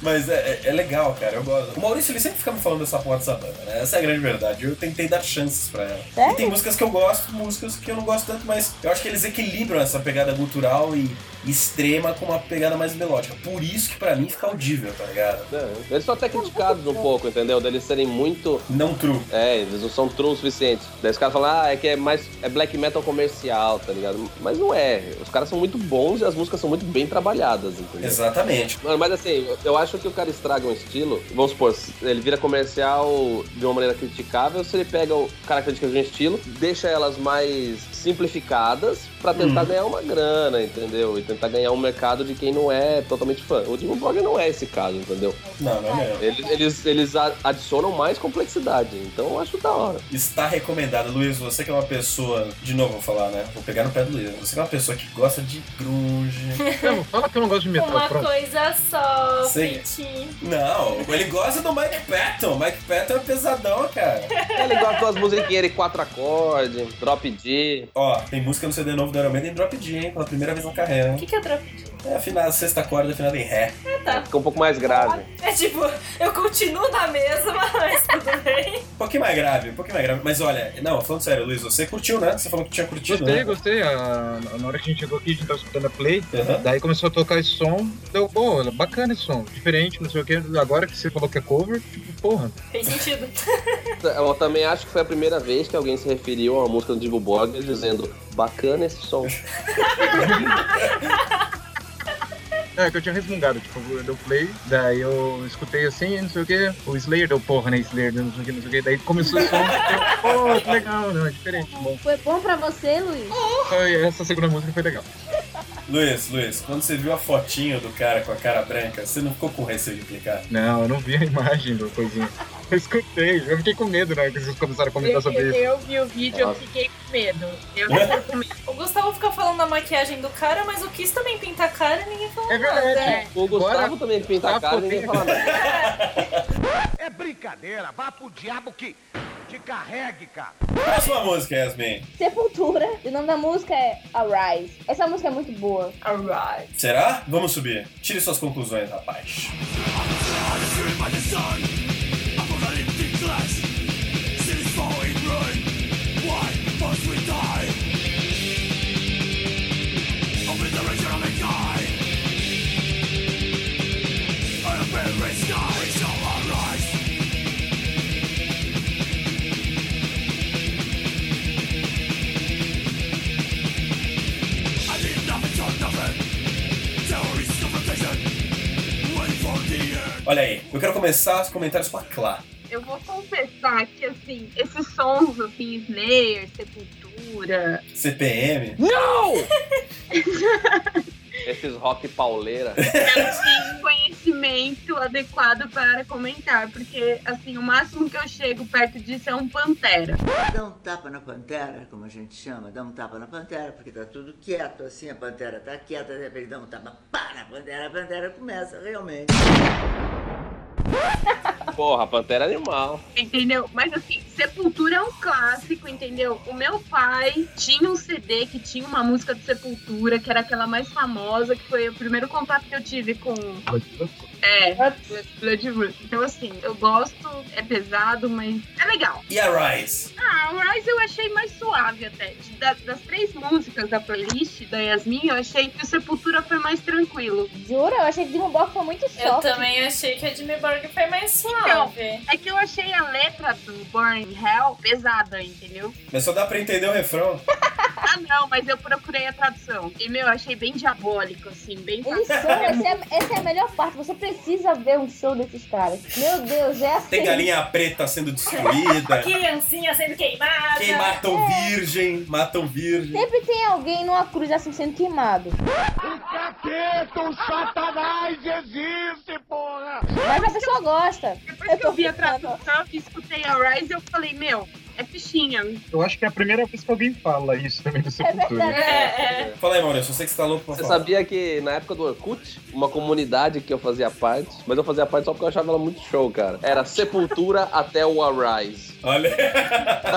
Mas é, é- é legal, cara, eu gosto. O Maurício, ele sempre fica me falando dessa porra dessa banda, né? Essa é a grande verdade. Eu tentei dar chances pra ela.
Sério?
E tem músicas que eu gosto, músicas que eu não gosto tanto, mas eu acho que eles equilibram essa pegada cultural e extrema com uma pegada mais melódica. Por isso que pra mim fica audível, tá ligado?
É, Eles são até criticados um pouco, entendeu? Deles serem muito.
Não true.
É, eles não são true o suficiente. Daí os caras falam, ah, é que é mais. É black metal comercial, tá ligado? Mas não é. Os caras são muito bons e as músicas são muito bem trabalhadas, entendeu?
Exatamente.
Mano, mas assim, eu- eu acho que o cara estraga um estilo. Vamos supor, se ele vira comercial de uma maneira criticável se ele pega o características de um estilo, deixa elas mais simplificadas pra tentar ganhar uma grana, entendeu? E tentar ganhar um mercado de quem não é totalmente fã. O Dimo Borg não é esse caso, entendeu?
Não, não é mesmo.
Eles, eles, eles a- adicionam mais complexidade, então eu acho da hora.
Está recomendado. Luiz, você que é uma pessoa. De novo, vou falar, né? Vou pegar no pé do Luiz. Você que é uma pessoa que gosta de grunge.
Não, fala que eu não gosto de metal,
Uma
pronto.
coisa só,
Sim.
Pitinho.
Não, ele gosta do Mike Patton. Mike Patton é pesadão, cara.
Ele gosta das É musiquinhas de quatro acordes, drop D.
Ó, tem música no CD novo do Iron Maiden em Drop D, hein? Pela primeira vez na carreira.
O que, que é drop?
É afinada, sexta corda, afinada em Ré.
Fica um pouco mais grave.
É tipo, eu continuo na mesma, mas tudo bem.
Um pouquinho mais grave, um pouquinho mais grave. Mas olha, não, falando sério, Luiz, você curtiu, né? Você falou que tinha curtido,
Gostei,
né?
gostei. A- a- Na hora que a gente chegou aqui, a gente tava escutando a play.
Aham.
Daí começou a tocar esse som. Deu, pô, bacana esse som. Diferente, não sei o que. Agora que você falou que é cover, tipo, porra.
Fez sentido.
Eu também acho que foi a primeira vez que alguém se referiu a uma música do Divo Borg dizendo bacana esse som.
É, que eu tinha resmungado, tipo, eu deu play, daí eu escutei assim, não sei o que, o Slayer deu porra, né, Slayer, não sei o que, não sei o que, daí começou o som, eu, pô, que legal, não, é diferente, bom.
Foi bom pra você, Luiz?
Foi- Essa segunda música foi legal.
Luiz, Luiz, quando você viu a fotinha do cara com a cara branca, você não ficou com receio de clicar?
Não, eu não vi a imagem do coisinha. Eu escutei, eu fiquei com medo na hora que vocês começaram a comentar sobre
Eu,
isso.
eu vi o vídeo, eu
Nossa.
fiquei com medo. Eu fiquei com medo.
O Gustavo fica falando da maquiagem do cara, mas o Kiss também pinta a cara e ninguém
É
É
fala nada.
O Gustavo também
tá
pinta a cara e ninguém fala nada.
É brincadeira, vá pro diabo que te carregue, cara.
Próxima música, Yasmin.
Sepultura. E o nome da música é Arise. Essa música é muito boa. Arise.
Será? Vamos subir. Tire suas conclusões, rapaz. Olha aí, eu quero começar os comentários com a Clá.
Eu vou confessar que, assim, esses sons, assim, Slayer, Sepultura...
CPM.
Não!
Esses rock pauleira.
sem conhecimento adequado para comentar, porque, assim, o máximo que eu chego perto disso é um Pantera.
Dá um tapa na pantera, como a gente chama, dá um tapa na pantera, porque tá tudo quieto, assim, a pantera tá quieta, de repente dá um tapa, pá, na pantera, a pantera começa realmente.
Porra, Pantera é Animal.
Entendeu? Mas assim, Sepultura é um clássico, entendeu? O meu pai tinha um CD que tinha uma música do Sepultura, que era aquela mais famosa, que foi o primeiro contato que eu tive com. É, Blood Root. Então, assim, eu gosto, é pesado, mas é legal.
E a Rise?
Ah, o Rise eu achei mais suave até. Da- das três músicas da playlist da Yasmin, eu achei que o Sepultura foi mais tranquilo.
Jura? Eu achei que Demon Borg foi muito
Eu
soft.
também achei que a Jimmy Borg foi mais
Então,
suave.
é que eu achei a letra do Born in Hell pesada, entendeu?
Mas só dá pra entender o refrão.
Ah, não, mas eu procurei a tradução. E, meu, eu achei bem diabólico, assim, bem
Eles são, essa é, essa é a melhor parte. Você precisa ver um show desses caras. Meu Deus, é assim.
Tem galinha preta sendo destruída.
Criancinha sendo queimada.
Quem matam virgem, matam virgem.
Sempre tem alguém numa cruz assim sendo queimado.
Capeta, o satanás existe, porra!
Mas a pessoa gosta.
Depois que eu vi a tradução e escutei a Rise, eu falei, meu, é fichinha.
Eu acho que é a primeira vez que alguém fala isso também do Sepultura.
É,
Fala aí, Maurício, você que está louco pra
Você
falar.
sabia que na época do Orkut, uma comunidade que eu fazia parte, mas eu fazia parte só porque eu achava ela muito show, cara. Era Sepultura até o Arise.
Olha.
Tá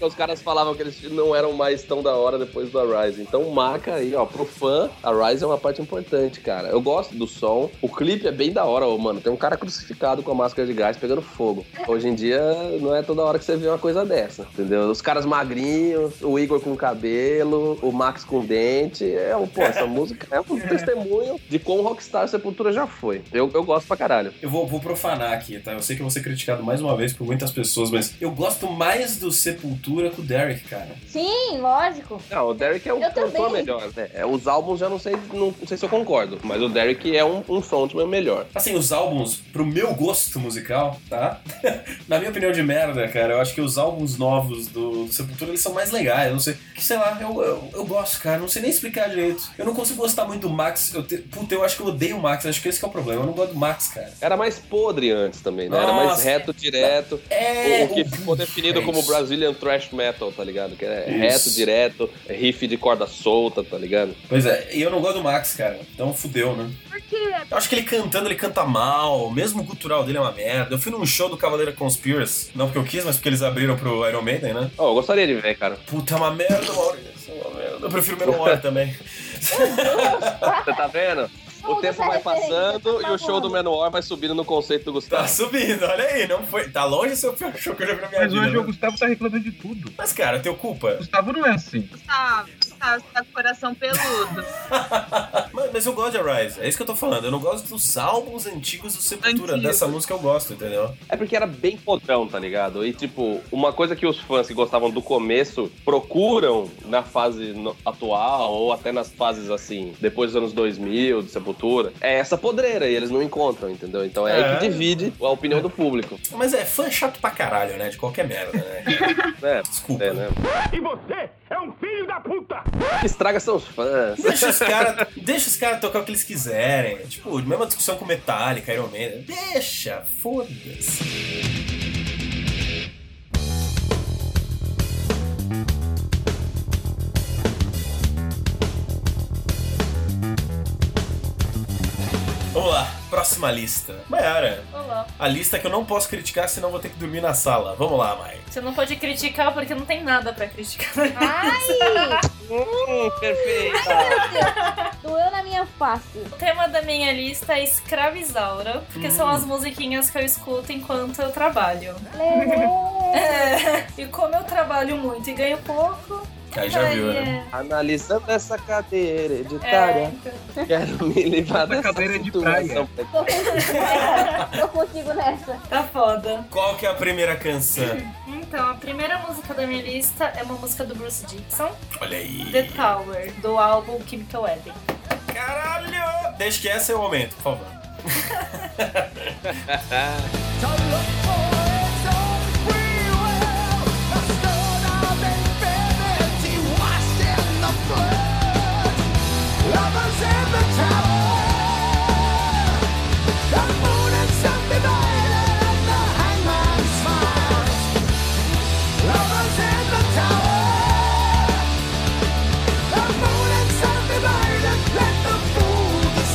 Os caras falavam que eles não eram mais tão da hora depois do Arise. Então, marca aí, ó, pro fã, Arise é uma parte importante, cara. Eu gosto do som. O clipe é bem da hora, ô, mano. Tem um cara crucificado com a máscara de gás pegando fogo. Hoje em dia, não é toda hora que você vê uma coisa dessa, entendeu? Os caras magrinhos, o Igor com cabelo, o Max com dente. É, um- pô, essa música é um testemunho de quão rockstar Sepultura já foi. Eu, eu gosto pra caralho.
Eu vou, vou profanar aqui, tá? Eu sei que eu vou ser criticado mais uma vez por muitas pessoas, mas eu gosto mais do Sepultura que o Derek, cara.
Sim, lógico.
Não, o Derek é um
Eu
cantor
também.
melhor. né? É, os álbuns eu não sei, não, sei se eu concordo, mas o Derek é um, um frontman melhor.
Assim, os álbuns, pro meu gosto musical, tá? Na minha opinião de merda, cara, eu acho que os álbuns novos do, do Sepultura, eles são mais legais, eu não sei. Que, sei lá, eu, eu, eu gosto, cara, não sei nem explicar direito. Eu não consigo gostar muito do Max, eu te, puta, eu acho que eu odeio o Max, acho que esse que é o problema, eu não gosto do Max, cara.
Era mais podre antes também, né? Era mais
Nossa.
reto, direto.
É,
o, o que ficou definido como Brazilian Thrash Metal, tá ligado? Que é
Isso.
reto, direto, riff de corda solta, tá ligado?
Pois é, e eu não gosto do Max, cara, então fudeu, né?
Por quê?
Eu acho que ele cantando, ele canta mal, mesmo o cultural dele é uma merda. Eu fui num show do Cavaleira Conspiracy, não porque eu quis, mas porque eles abriram pro Iron Maiden, né?
Oh, eu gostaria de ver, cara.
Puta, é uma merda, Maurício, é uma merda. Eu prefiro Menor também.
Você tá vendo? O tempo vai passando
tá
e o show do Menor vai subindo no conceito do Gustavo.
Tá subindo, olha aí, não foi. Tá longe seu pior show que eu já vi na minha
Mas
vida.
hoje
né?
o Gustavo tá reclamando de tudo.
Mas, cara, teu culpa.
Gustavo não é assim.
Gustavo, tá, você tá com o coração peludo.
Mas, mas eu gosto de Arise, é isso que eu tô falando. Eu não gosto dos álbuns antigos do Sepultura. Dessa música eu gosto, entendeu?
É porque era bem podrão, tá ligado? E, tipo, uma coisa que os fãs que gostavam do começo procuram na fase no- atual, ou até nas fases, assim, depois dos anos 2000, de Sepultura, é essa podreira, e eles não encontram, entendeu? Então é, aí que
É.
divide a opinião do público.
Mas é fã chato pra caralho, né? De qualquer merda, né?
É, Desculpa. né?
E você é um filho da puta!
Estraga seus fãs.
Deixa os caras cara tocar o que eles quiserem. Tipo, mesma discussão com Metallica, Iron Maiden. Deixa, foda-se. Vamos lá, próxima lista. Mayara,
Olá.
a lista que eu não posso criticar, senão vou ter que dormir na sala. Vamos lá, Mai.
Você não pode criticar porque não tem nada pra criticar.
Ah. Ai!
perfeito!
Doeu na minha face.
O tema da minha lista é escravizaura, porque
Hum.
são as musiquinhas que eu escuto enquanto eu trabalho. É, e como eu trabalho muito e ganho pouco.
Aí já viu,
é.
né? Tá,
Analisando essa cadeira
É,
hereditária,
então.
quero me livrar dessa cadeira de praia.
Tô contigo, tô contigo nessa.
Tá foda.
Qual que é a primeira canção?
Então, a primeira música da minha lista é uma música do Bruce Dixon,
Olha aí.
The Tower, do álbum Chemical Wedding.
Caralho! Deixa que esse é o momento, por favor.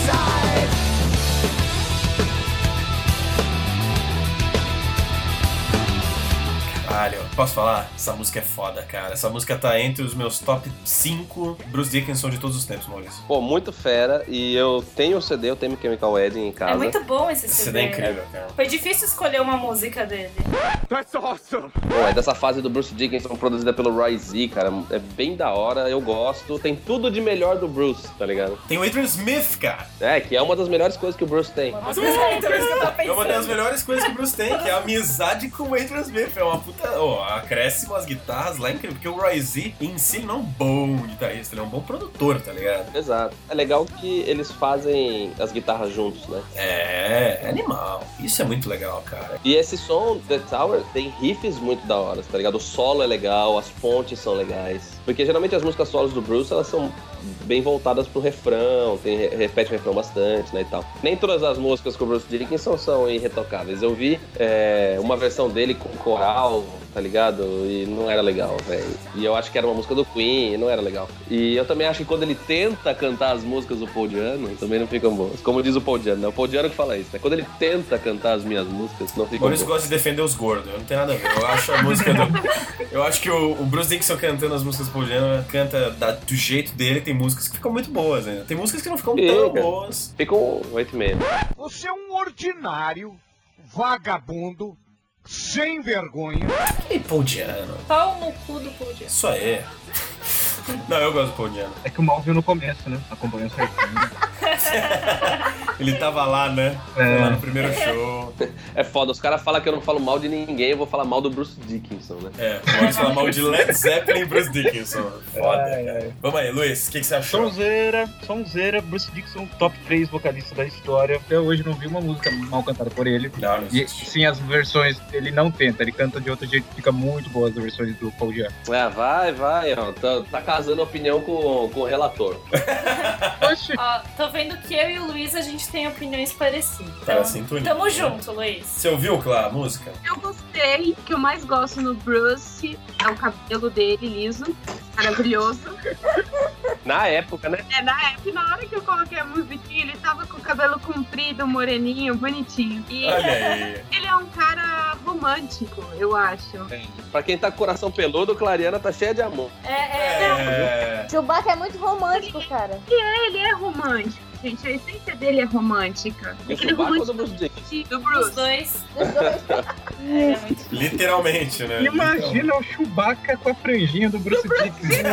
Side.
Caralho, posso falar? Essa música é foda, cara. Essa música tá entre os meus top 5 Bruce Dickinson de todos os tempos, Maurício.
Pô, muito fera. E eu tenho o CD, eu tenho Chemical Wedding em casa.
É muito bom esse
Esse
CD. né?
CD é incrível, cara.
Foi difícil escolher uma música dele.
That's awesome!
Bom, é dessa fase do Bruce Dickinson produzida pelo Roy Z, cara. É bem da hora, eu gosto. Tem tudo de melhor do Bruce, tá ligado?
Tem o Adrian Smith, cara.
É, que é uma das melhores coisas que o Bruce tem.
É uma das melhores coisas que o Bruce tem, que é a amizade com o Adrian Smith. É uma puta. Ó, acréscimo as guitarras lá, é incrível. Porque o Roy Z em si ele não é um bom guitarrista, ele é um bom produtor, tá ligado?
Exato. É legal que eles fazem as guitarras juntos, né?
É, é animal. Isso é muito legal, cara.
E esse som, The Tower, tem riffs muito da hora, tá ligado? O solo é legal, as pontes são legais. Porque geralmente as músicas solos do Bruce, elas são bem voltadas pro refrão, tem, re- repete o refrão bastante, né, e tal. Nem todas as músicas com o Bruce Dickinson são irretocáveis. Eu vi é, uma versão dele com coral, tá ligado? E não era legal, velho. E eu acho que era uma música do Queen, e não era legal. E eu também acho que quando ele tenta cantar as músicas do Paul Diano, também não ficam boas. Como diz o Paul Diano, né? O Paul Diano que fala isso, né? Quando ele tenta cantar as minhas músicas, não ficam
Maurício
boas.
gosta de defender os gordos, eu não tem nada a ver. Eu acho a música do. Eu acho que o, o Bruce Dickinson cantando as músicas do Paul Diano canta da- do jeito dele, tem músicas que ficam muito boas ainda. Tem músicas que não ficam tão
Fica.
boas.
Ficou 8 e meio.
Você é um ordinário, vagabundo, sem vergonha.
E Paul Diano.
Pau no cu do Paul Diano.
Isso aí. Não, eu gosto do Paul Diano.
É que o mal viu no começo, né? Acompanhou certo.
Ele tava lá, né?
É.
Lá no primeiro show.
É foda, os caras falam que eu não falo mal de ninguém, eu vou falar mal do Bruce Dickinson, né?
É, Maurício fala mal de Led Zeppelin e Bruce Dickinson. Foda, cara. Vamos aí, Luiz, o que, que você achou?
Sonzeira, sonzeira, Bruce Dickinson, top 3 vocalista da história. Até hoje não vi uma música mal cantada por ele.
Não, não
E sim, as versões ele não tenta, ele canta de outro jeito, fica muito boas as versões do Paul Diano.
Ah, vai, vai, ó. Tá, tá casando opinião com, com o relator.
Ó, Ah, tô vendo que eu e o Luiz a gente tem opiniões parecidas. Então,
Tá na sintonia.
Tamo junto, Luiz.
Você ouviu, Clá, a música?
Eu gostei, o que eu mais gosto no Bruce é o cabelo dele liso, maravilhoso.
Na época, né?
É, na época, na hora que eu coloquei a musiquinha, ele tava com o cabelo comprido, moreninho, bonitinho. E
Olha aí.
ele é um cara romântico, eu acho.
Pra quem tá com coração peludo, Clariana tá cheia de amor.
É,
É.
Chewbacca é muito romântico, cara.
E é, ele é romântico. gente. A essência dele é romântica. é
Eu
Aquele
sou barco
romântico
do Bruce Jenner.
do
é,
Bruce. Os dois.
Literalmente, né?
Imagina o Chewbacca com a franjinha do Bruce Dickinson.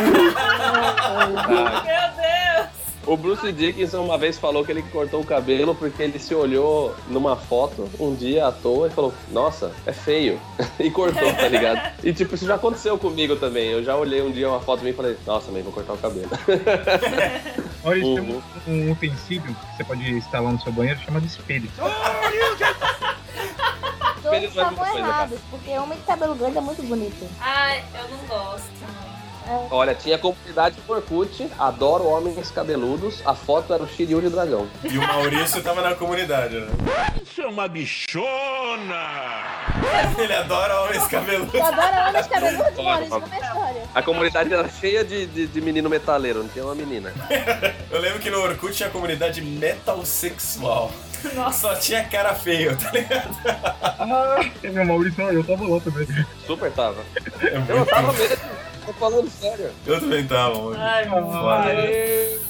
Meu
O Bruce Dickinson uma vez falou que ele cortou o cabelo porque ele se olhou numa foto um dia à toa e falou: Nossa, é feio. e cortou, tá ligado? E tipo, isso já aconteceu comigo também. Eu já olhei um dia uma foto minha e falei: Nossa, mãe, vou cortar o cabelo.
Olha, eles têm um, um utensílio que você pode instalar no seu banheiro chamado espelho.
Todos estavam
muita coisa,
errados, porque homem de cabelo grande é muito bonito.
Ai, eu não gosto.
Olha, tinha comunidade do Orkut, adoro homens cabeludos. A foto era o Shiryu de dragão.
E o Maurício tava na comunidade, né?
Isso é uma bichona!
Ele adora homens cabeludos.
Eu adoro homens cabeludos,
Adoro.
Maurício, como é a história?
A comunidade era cheia de, de, de menino metaleiro, não tinha uma menina.
Eu lembro que no Orkut tinha a comunidade metal sexual. Nossa. Só tinha cara feio, tá ligado?
Ah, meu Maurício, eu tava lá também.
Super tava.
É
Eu
muito-
tava mesmo, tô falando sério.
Eu também tava, mano.
Ai, meu
Ah,
Foda.
Deus.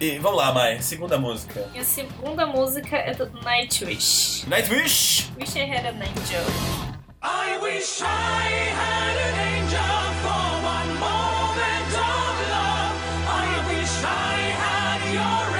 E vamos lá, Mai. Segunda música.
Minha segunda música é do Nightwish.
Nightwish!
Wish I had an angel.
I wish I had an angel for one moment of love. I wish I had your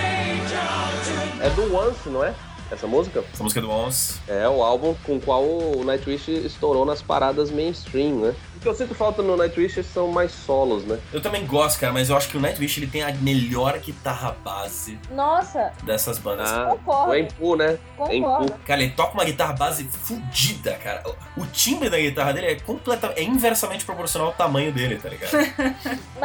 angel to
É do Once, não é? Essa música?
Essa música é do Once.
É o álbum com o qual o Nightwish estourou nas paradas mainstream, né? O que eu sinto falta no Nightwish são mais solos, né?
Eu também gosto, cara, mas eu acho que o Nightwish ele tem a melhor guitarra base
Nossa,
dessas bandas.
Ah. Concordo. o
Empu, né?
Concordo. Empu.
Cara, ele toca uma guitarra base fudida, cara. O timbre da guitarra dele é completa, é inversamente proporcional ao tamanho dele, tá ligado?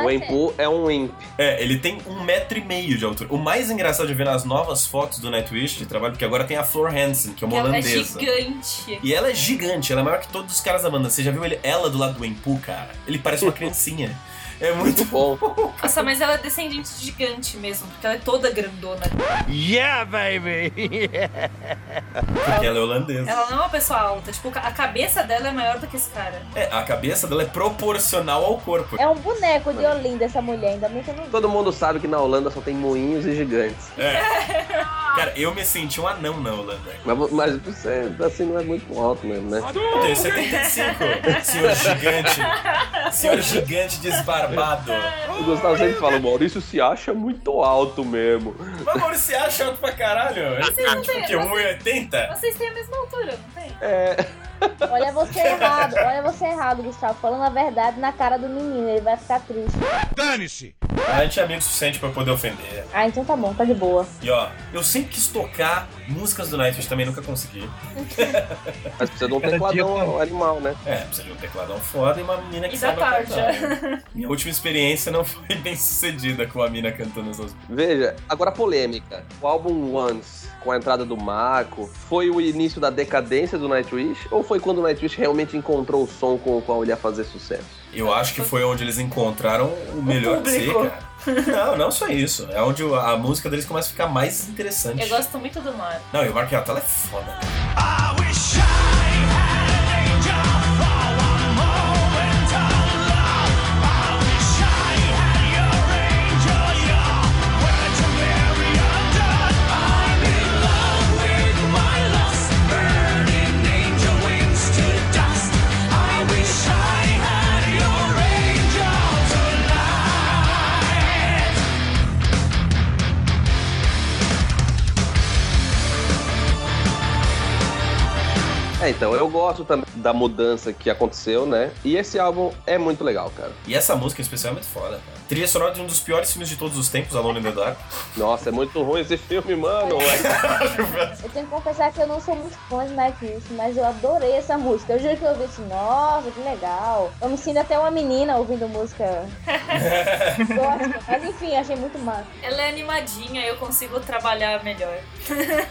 O Empu é um imp.
É, ele tem um metro e meio de altura. O mais engraçado de ver nas novas fotos do Nightwish de trabalho, porque agora tem a Flor Hansen, que é uma
ela é
holandesa.
gigante.
E ela é gigante, ela é maior que todos os caras da banda. Você já viu ele- ela do lado do Empu, cara? Ele parece uma criancinha. É muito
bom.
Nossa, mas ela é descendente de gigante mesmo, porque ela é toda grandona.
Yeah, baby!
Porque ela é holandesa.
Ela não é uma pessoa alta, tipo, a cabeça dela é maior do que esse cara.
É, a cabeça dela é proporcional ao corpo.
é um boneco de Olinda essa mulher, ainda bem que eu não vi.
Todo mundo sabe que na Holanda só tem moinhos e gigantes.
É. Cara, eu me senti um anão na Holanda.
Mas, vo- mas você, assim, não é muito alto mesmo, né?
Eu tenho 75, senhor gigante. Senhor gigante desbarbado.
O Gustavo sempre fala, o Maurício se acha muito alto mesmo.
Mas Maurício, você acha alto pra caralho?
Vocês não
Tipo
têm-
que
vocês,
1,80?
vocês têm a mesma altura, não tem?
Olha você errado, olha você errado, Gustavo. Falando a verdade na cara do menino, ele vai ficar triste.
Dane-se! A gente é amigo suficiente pra poder ofender.
Ah, então tá bom, tá de boa.
E ó, eu sempre quis tocar músicas do Nightwish, também nunca consegui.
Mas precisa de um tecladão animal, né?
É, precisa de um tecladão foda e uma menina que
E da
sabe cantar.
tarja.
Minha última experiência não foi bem sucedida com a mina cantando essas
Veja, agora a polêmica. O álbum Once, com a entrada do Marco, foi o início da decadência do Nightwish? Ou foi quando o Nightwish realmente encontrou o som com o qual ele ia fazer sucesso?
Eu acho que foi onde eles encontraram o melhor de si,
público.
cara. Não, não só isso. É onde a música deles começa a ficar mais interessante.
Eu gosto muito do Mar.
Não, e o Mark Yatala é foda.
I wish I had an angel for one moment of love. I wish I had your angel, your word to marry undone. I'm in love with my lust, burning angel wings to dust. I wish I had your angel tonight.
É, então, eu gosto também da mudança que aconteceu, né? E esse álbum é muito legal, cara.
E essa música em especial é muito foda, cara. Trilha sonora de um dos piores filmes de todos os tempos, Alone in the Dark.
Nossa, é muito ruim esse filme, mano.
Eu tenho que confessar que eu não sou muito fã de Nightwish, mas eu adorei essa música. Eu juro que eu ouvi assim, nossa, que legal. Eu me sinto até uma menina ouvindo música. Gosto, mas enfim, achei muito massa.
Ela é animadinha, eu consigo trabalhar melhor.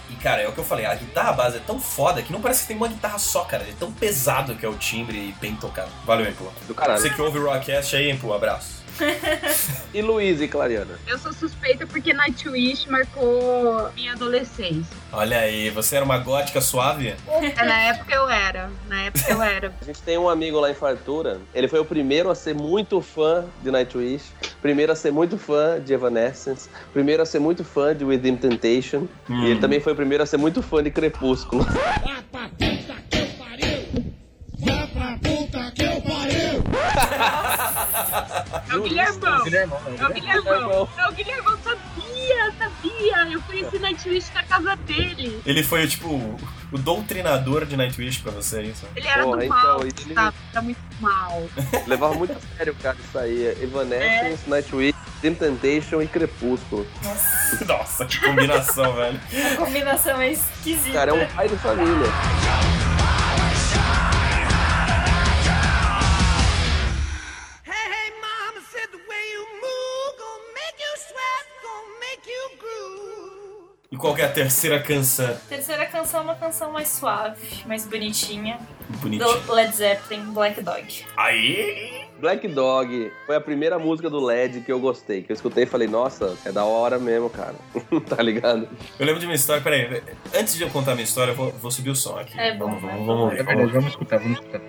E, cara, é o que eu falei, a guitarra base é tão foda que não parece que tem uma guitarra só, cara. É tão pesado que é o timbre e bem tocado. Valeu, Empu.
Do caralho.
Você que ouve o Rockcast aí, Empu, abraço.
E Luiz e Clariana?
Eu sou suspeita porque Nightwish marcou minha adolescência.
Olha aí, você era uma gótica suave?
É, na época eu era. Na época eu era.
A gente tem um amigo lá em Fartura, ele foi o primeiro a ser muito fã de Nightwish, primeiro a ser muito fã de Evanescence, primeiro a ser muito fã de Within Temptation, e ele também foi o primeiro a ser muito fã de Crepúsculo.
É o Guilhermão. É o Guilhermão. É o Guilhermão. sabia, sabia. Eu conheci Nightwish na casa dele.
Ele foi, tipo, o doutrinador de Nightwish pra você, é isso?
Ele era
Porra,
do
então,
mal,
ele-
sabe? Tá muito mal.
Levava muito a sério, cara, isso aí. Evanescence, Nightwish, Dream Temptation e Crepúsculo.
Nossa, que combinação, velho.
A combinação é esquisita.
Cara, é um pai de família.
E qual que é a terceira canção?
Terceira canção é uma canção mais suave, mais bonitinha.
Bonitinha.
Do Led Zeppelin, Black Dog.
Aí!
Black Dog foi a primeira música do LED que eu gostei, que eu escutei e falei, nossa, é da hora mesmo, cara. tá ligado?
Eu lembro de uma história, peraí, antes de eu contar minha história, eu vou, vou subir o som aqui.
É bom,
vamos, vamos,
né?
vamos, ver,
É verdade,
vamos.
vamos escutar, vamos escutar.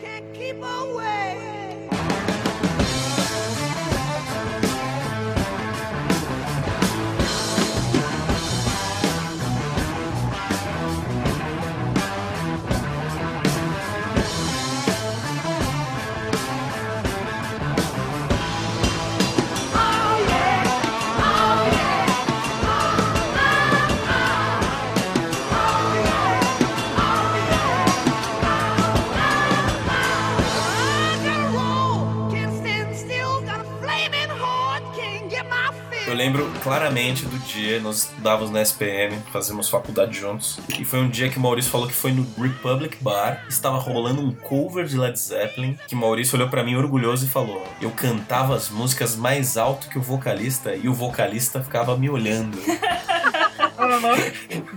Eu lembro claramente do dia, nós estudávamos na SPM, fazíamos faculdade juntos, e foi um dia que o Maurício falou que foi no Republic Bar, estava rolando um cover de Led Zeppelin, que o Maurício olhou pra mim orgulhoso e falou: Eu cantava as músicas mais alto que o vocalista, e o vocalista ficava me olhando.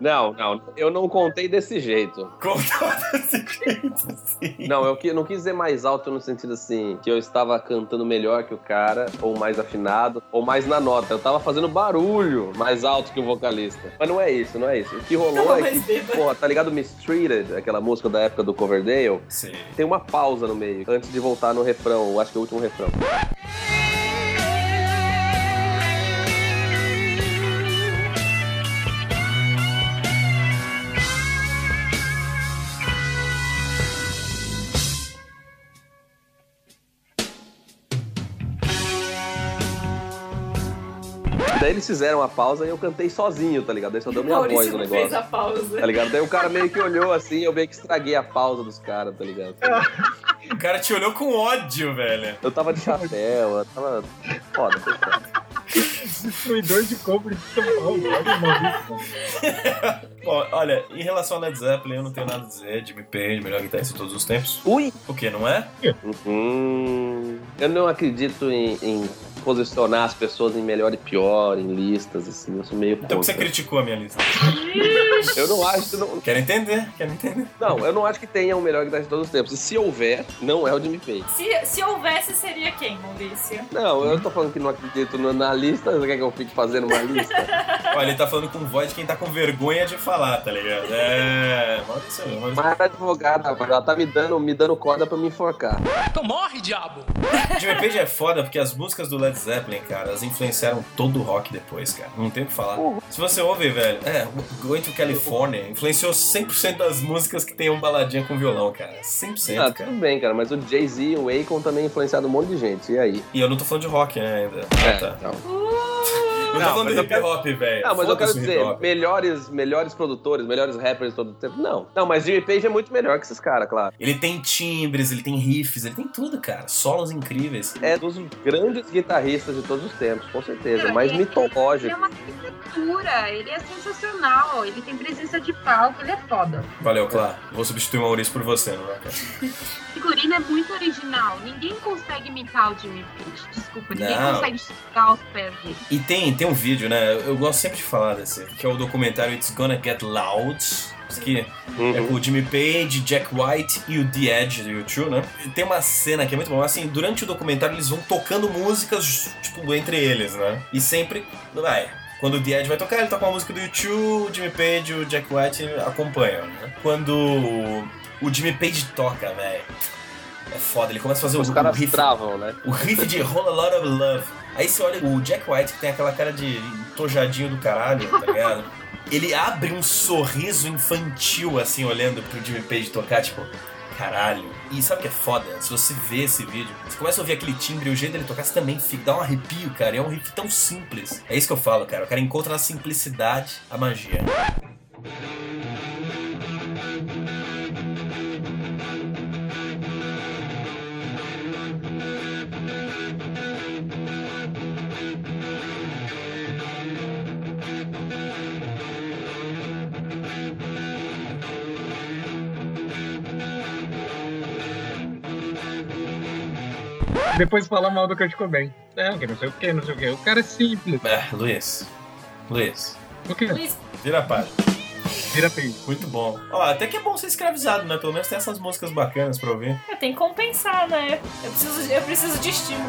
Não, não, eu não contei desse jeito.
Contou
desse
assim?
jeito, Não, eu que- não quis dizer mais alto no sentido assim, que eu estava cantando melhor que o cara, ou mais afinado, ou mais na nota. Eu tava fazendo barulho mais alto que o vocalista. Mas não é isso, não é isso. O que rolou
Não,
é
mas
que, porra, tá ligado Mistreated, aquela música da época do Coverdale?
Sim.
Tem uma pausa no meio, antes de voltar no refrão, eu acho que é o último refrão. Daí eles fizeram a pausa e eu cantei sozinho, tá ligado? Daí só deu minha
Maurício
voz no
não
negócio.
fez a pausa.
Tá ligado? Daí o cara meio que olhou assim, eu meio que estraguei a pausa dos caras, tá ligado?
O cara te olhou com ódio, velho.
Eu tava de chapéu, eu tava. Foda, foi foda.
Destruidor de cobre de São Paulo, olha o maldito.
Ó, olha, em relação a Led Zeppelin, eu não tenho nada a dizer. Jimmy Page, melhor guitarrista de todos os tempos.
Ui!
O que, não é?
Hum, eu não acredito em, em posicionar as pessoas em melhor e pior, em listas, assim. Eu sou meio.
Então
contra.
você criticou a minha lista.
Eu não acho. Não...
Quero entender, quero entender.
Não, eu não acho que tenha o melhor guitarrista de todos os tempos. E se houver, não é o Jimmy Page.
Se, se houvesse, seria quem, Maurício?
Não, eu tô falando que não acredito no- na lista. Você quer que eu fique fazendo uma lista?
Olha, ele tá falando com voz de quem tá com vergonha de falar, tá ligado? É. Maurício, Maurício.
Mas a advogada, rapaz, ela tá me dando, me dando corda pra me enforcar.
Então morre, diabo! Jimmy Page é foda porque as músicas do Led Zeppelin, cara, elas influenciaram todo o rock depois, cara. Não tem o que falar. Se você ouve, velho, é, Going to California influenciou 100% das músicas que tem um baladinha com violão, cara. 100%,
Ah,
cara.
tudo bem, cara, mas o Jay-Z e o Akon também influenciaram um monte de gente. E aí?
E eu não tô falando de rock, né, ainda.
É,
Ah, tá.
não.
Eu tô
Não,
falando
mas
do
eu
hip hop, velho.
Não, mas eu quero
É, Foda-se o então. hip
dizer,
hop.
melhores, melhores produtores, melhores rappers de todo o tempo. Não. Não, mas Jimmy Page é muito melhor que esses caras, claro.
Ele tem timbres, ele tem riffs, ele tem tudo, cara. Solos incríveis.
É dos grandes guitarristas de todos os tempos, com certeza.
Não,
Mais
ele- Ele é
mitológico.
uma criatura, ele é sensacional, ele tem presença de palco, ele é foda.
Valeu, Clá. Vou substituir o Maurício por você, não é, cara?
O figurino é muito original, ninguém consegue imitar o Jimmy Page, desculpa, ninguém
Não.
consegue esticar os pés dele.
E tem, tem tem um vídeo, né? Eu gosto sempre de falar desse, que é o documentário It's Gonna Get Loud. Isso aqui
Uhum.
é com o Jimmy Page, Jack White e o The Edge do YouTube, né? E Tem uma cena que é muito boa. Assim, durante o documentário eles vão tocando músicas, tipo, entre eles, né? E sempre, vai, quando o The Edge vai tocar, ele toca uma música do YouTube, o Jimmy Page e o Jack White acompanham, né? Quando o Jimmy Page toca, velho, é foda. Ele começa a fazer
Os
o, o
caras
riff
travam, né?
o riff de Whole Lot of Love. Aí você olha o Jack White, que tem aquela cara de tojadinho do caralho, tá ligado? Ele abre um sorriso infantil, assim, olhando pro Jimmy Page tocar, tipo, caralho. E sabe o que é foda? Se você vê esse vídeo, você começa a ouvir aquele timbre, o jeito dele tocar, você também fica, dá um arrepio, cara. E é um riff tão simples. É isso que eu falo, cara. O cara encontra na simplicidade a magia.
Depois falar mal do Kurt Cobain. É, que não sei o que, não sei o que. O cara é simples.
É, Luiz. Luiz.
O quê?
Luiz,
Vira a página.
Vira peito.
Muito bom. Ó, até que é bom ser escravizado, né? Pelo menos tem essas músicas bacanas pra ouvir.
é, tem que compensar, né? Eu preciso, eu preciso de estímulo.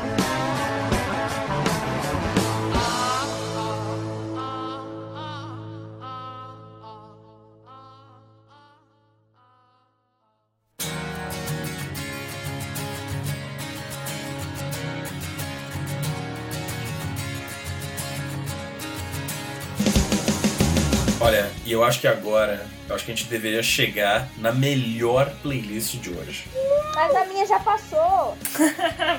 Olha, e eu acho que agora, eu acho que a gente deveria chegar na melhor playlist de hoje.
Mas a minha já passou.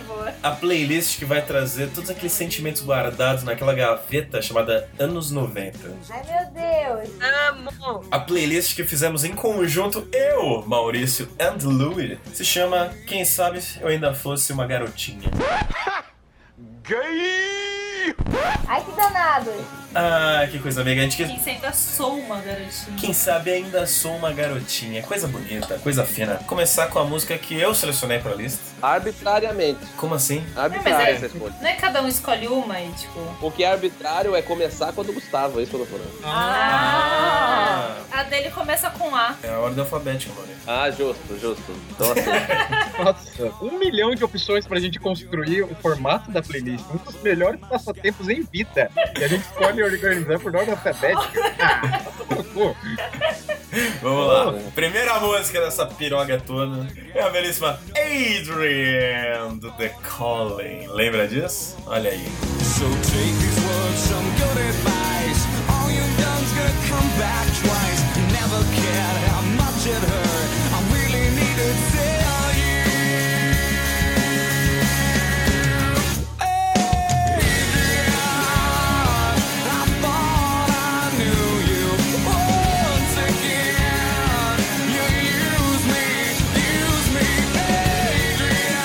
Boa.
A playlist que vai trazer todos aqueles sentimentos guardados naquela gaveta chamada Anos 90.
Ai, meu Deus.
Amo!
A playlist que fizemos em conjunto, eu, Maurício and Louie, se chama Quem Sabe Eu Ainda Fosse Uma Garotinha.
Ai, que danado.
Ah, que coisa mega. A gente quis
Quem se ainda sou uma garotinha.
Quem sabe ainda sou uma garotinha. Coisa bonita, coisa fina. Começar com a música que eu selecionei pra lista.
Arbitrariamente.
Como assim?
Arbitrária
É, mas
essa escolha.
Não é cada um escolhe uma e tipo.
O que é arbitrário é começar quando o Gustavo, é isso que eu tô falando.
Ah! A dele começa com A.
É a ordem alfabética, Maurício.
Ah, justo, justo. Então, assim,
Nossa, um milhão de opções pra gente construir o formato da playlist. Um dos melhores passatempos em vida. E a gente escolhe organizar por ordem alfabética. Ah, tá louco.
Vamos lá. Primeira música dessa piroga toda é a belíssima Adrian do The Calling. Lembra disso? Olha aí.
So take these words, some good advice. All you've done's gonna come back twice. You never cared how much it hurt. I really need to tell you. Adrian, I thought I knew you once again. You use me, use me, Adrian.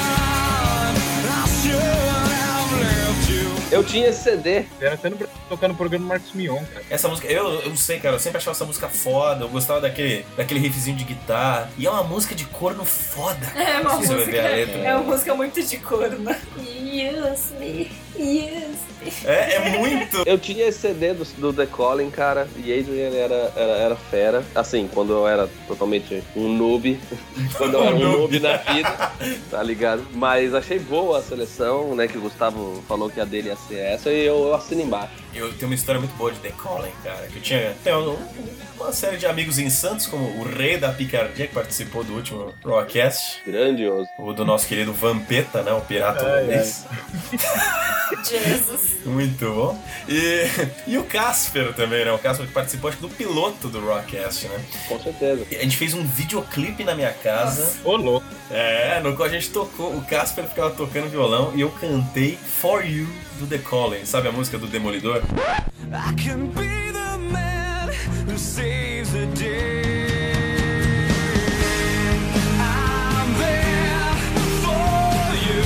I should have left you.
eu tinha esse CD.
Era até no, tocando o programa do Marcos Mion, cara.
Essa música, eu, eu sei, cara, eu sempre achava essa música foda, eu gostava daquele, daquele riffzinho de guitarra. E é uma música de corno foda.
É uma
Se você
música.
ver a letra.
É uma música muito de né? corno. Use me, use me.
É, é muito.
Eu tinha esse CD do, do The Calling, cara, e Adrian era, era, era fera. Assim, quando eu era totalmente um noob, quando eu era um noob na vida, tá ligado? Mas achei boa a seleção, né, que o Gustavo falou que a dele ia ser essa, e eu, eu assino embaixo.
Eu tenho uma história muito boa de The Calling, cara. Que eu tinha tem um- uma série de amigos em Santos, como o Rei da Picardia, que participou do último Rockcast,
Grandioso.
o do nosso querido Vampeta, né? O pirata holandês.
Jesus.
Muito bom. E, e o Casper também, né? O Casper que participou, acho que do piloto do Rockcast, né?
Com certeza.
A gente fez um videoclipe na minha casa.
Ô, louco.
É, no qual a gente tocou, o Casper ficava tocando violão e eu cantei For You do The Calling, sabe a música do Demolidor?
I can be the man who saves the day. I'm there for you.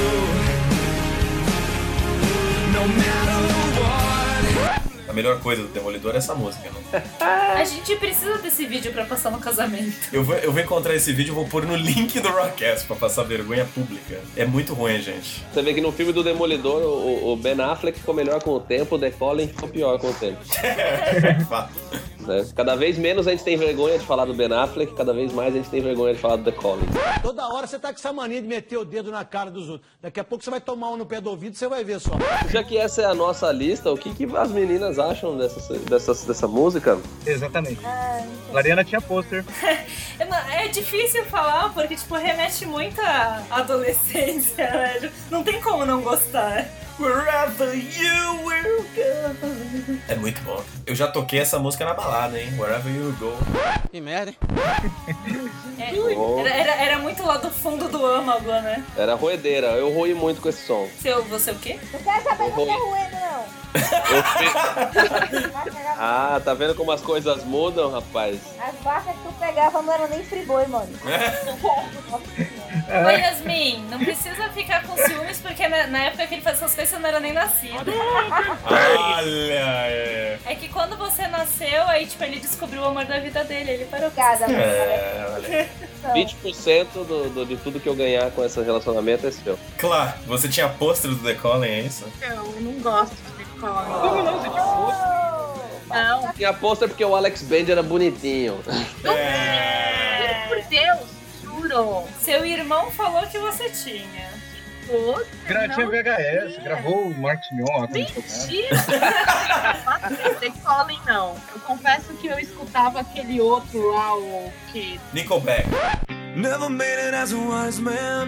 No matter what.
A melhor coisa do Demolidor é essa música, né?
A gente precisa desse vídeo pra passar no casamento.
Eu vou, eu vou encontrar esse vídeo e vou pôr no link do Rockcast pra passar vergonha pública. É muito ruim, gente.
Você vê que no filme do Demolidor, o, o Ben Affleck ficou melhor com o tempo, o The Fallen ficou pior com o tempo. Né? Cada vez menos a gente tem vergonha de falar do Ben Affleck, cada vez mais a gente tem vergonha de falar do The Colin.
Toda hora você tá com essa mania de meter o dedo na cara dos outros. Daqui a pouco você vai tomar um no pé do ouvido e você vai ver só.
Já que essa é a nossa lista, o que, que as meninas acham dessa, dessa, dessa música?
Exatamente. Lariana tinha pôster.
Eu não- É difícil falar porque, tipo, remete muito à adolescência, né? Tipo, Não tem como não gostar. É, Wherever you will go.
É muito bom. Eu já toquei essa música na balada, hein? Wherever you go.
Que merda, hein?
É, era, era, era muito lá do fundo do âmago, né?
Era roedeira, eu roí muito com esse som.
Seu, você o quê?
Não quero saber
do Uhum. seu
ruído, não.
Eu fe- ah, tá vendo como as coisas mudam, rapaz?
As vacas que tu pegava não eram nem friboi, mano.
Ô Yasmin, não precisa ficar com ciúmes porque na, na época que ele fazia essas coisas você não era nem nascida.
Olha, é.
É que quando você nasceu, aí tipo, ele descobriu o amor da vida dele, ele parou.
Obrigada,
É, olha.
Então,
20% do, do- de tudo que eu ganhar com esse relacionamento é seu.
Claro, você tinha pôster do The Calling, é isso?
Eu não gosto de Bitcoin. Como não? Você Não,
E aposta é porque o Alex Band era bonitinho.
É.
por Deus, juro.
Seu irmão falou que você tinha.
Gra- Tinha VHS, gravou o Marcos Mion lá quando tocava.
Mentira! The Colin, não. Eu confesso que eu escutava aquele outro lá, o que.
Nickelback.
Never made it as a wise man.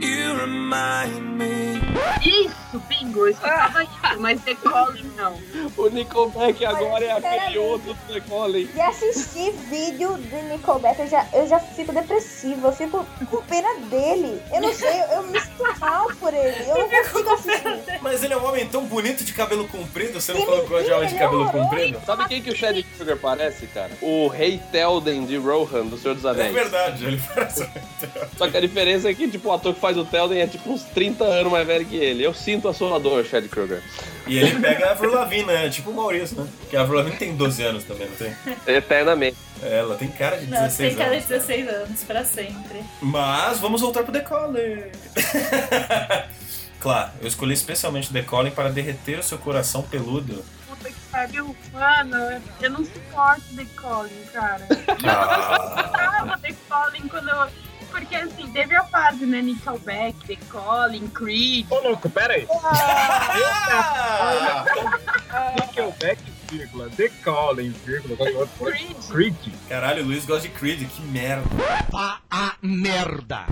you remind me.
Isso, bingo, eu escutava isso, mas The Colin não.
O Nickelback
agora é aquele
outro The Colin.
De assistir vídeo de Nickelback, eu já, eu já fico depressiva, eu fico com pena dele. Eu não sei, eu, eu me sinto mal por ele. Eu não consigo assistir.
Mas ele é um homem tão bonito de cabelo comprido, você não falou que gosta de homem de cabelo comprido?
Sabe quem que o Chad Sugar parece, cara? O Rei Telden de Rohan, do Senhor dos
É
Anéis.
verdade, ele parece.
Só que a diferença é que, tipo, o ator que faz o Telden é, tipo, uns 30 anos mais velho que ele. Eu sinto a sua dor, Chad Kruger.
E ele pega a Avril Lavigne, né? Tipo o Maurício, né? Porque a Avril Lavigne tem 12 anos também, não tem? É,
Eternamente.
Ela tem cara de
Não,
16
você tem cara de
anos.
16 anos, pra sempre.
Mas vamos voltar pro The Calling. claro, eu escolhi especialmente The Calling para derreter o seu coração peludo.
Puta que pariu, mano. Eu não suporto The Colin, cara.
Ah!
escutava The Calling quando eu. Porque assim, teve a fase, né? Nickelback, The Calling, Creed.
Ô, louco, pera aí.
Ah!
Nickelback, é vírgula. The Colin, vírgula. qualquer outra coisa. Creed.
Caralho, o Luiz gosta de Creed, que merda.
Vá a merda.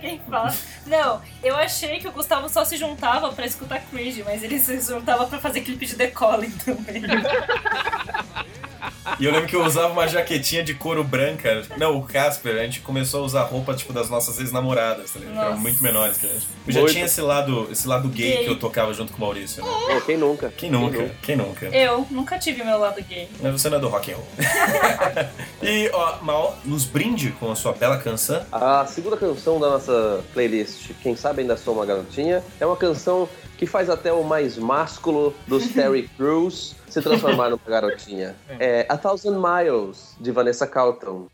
Quem fala? Não, eu achei que o Gustavo só se juntava pra escutar Creed, mas ele se juntava pra fazer clipe de The Calling também.
E eu lembro que eu usava uma jaquetinha de couro branca. Não, o Casper, a gente começou a usar roupa tipo das nossas ex-namoradas, tá ligado? Que Eram
Nossa.
muito menores que a gente. Eu já
Muito.
tinha esse lado, esse lado gay,
Gay.
que eu tocava junto com o Maurício. Né?
É, quem nunca?
Quem nunca? Quem nunca?
Eu nunca tive meu lado gay.
Mas você não é do rock and roll. e, ó, Mal, nos brinde com a sua bela canção.
A segunda canção da nossa playlist, Quem Sabe Ainda Sou Uma Garotinha, é uma canção que faz até o mais másculo dos Terry Crews se transformar numa garotinha. É A Thousand Miles, de Vanessa Carlton.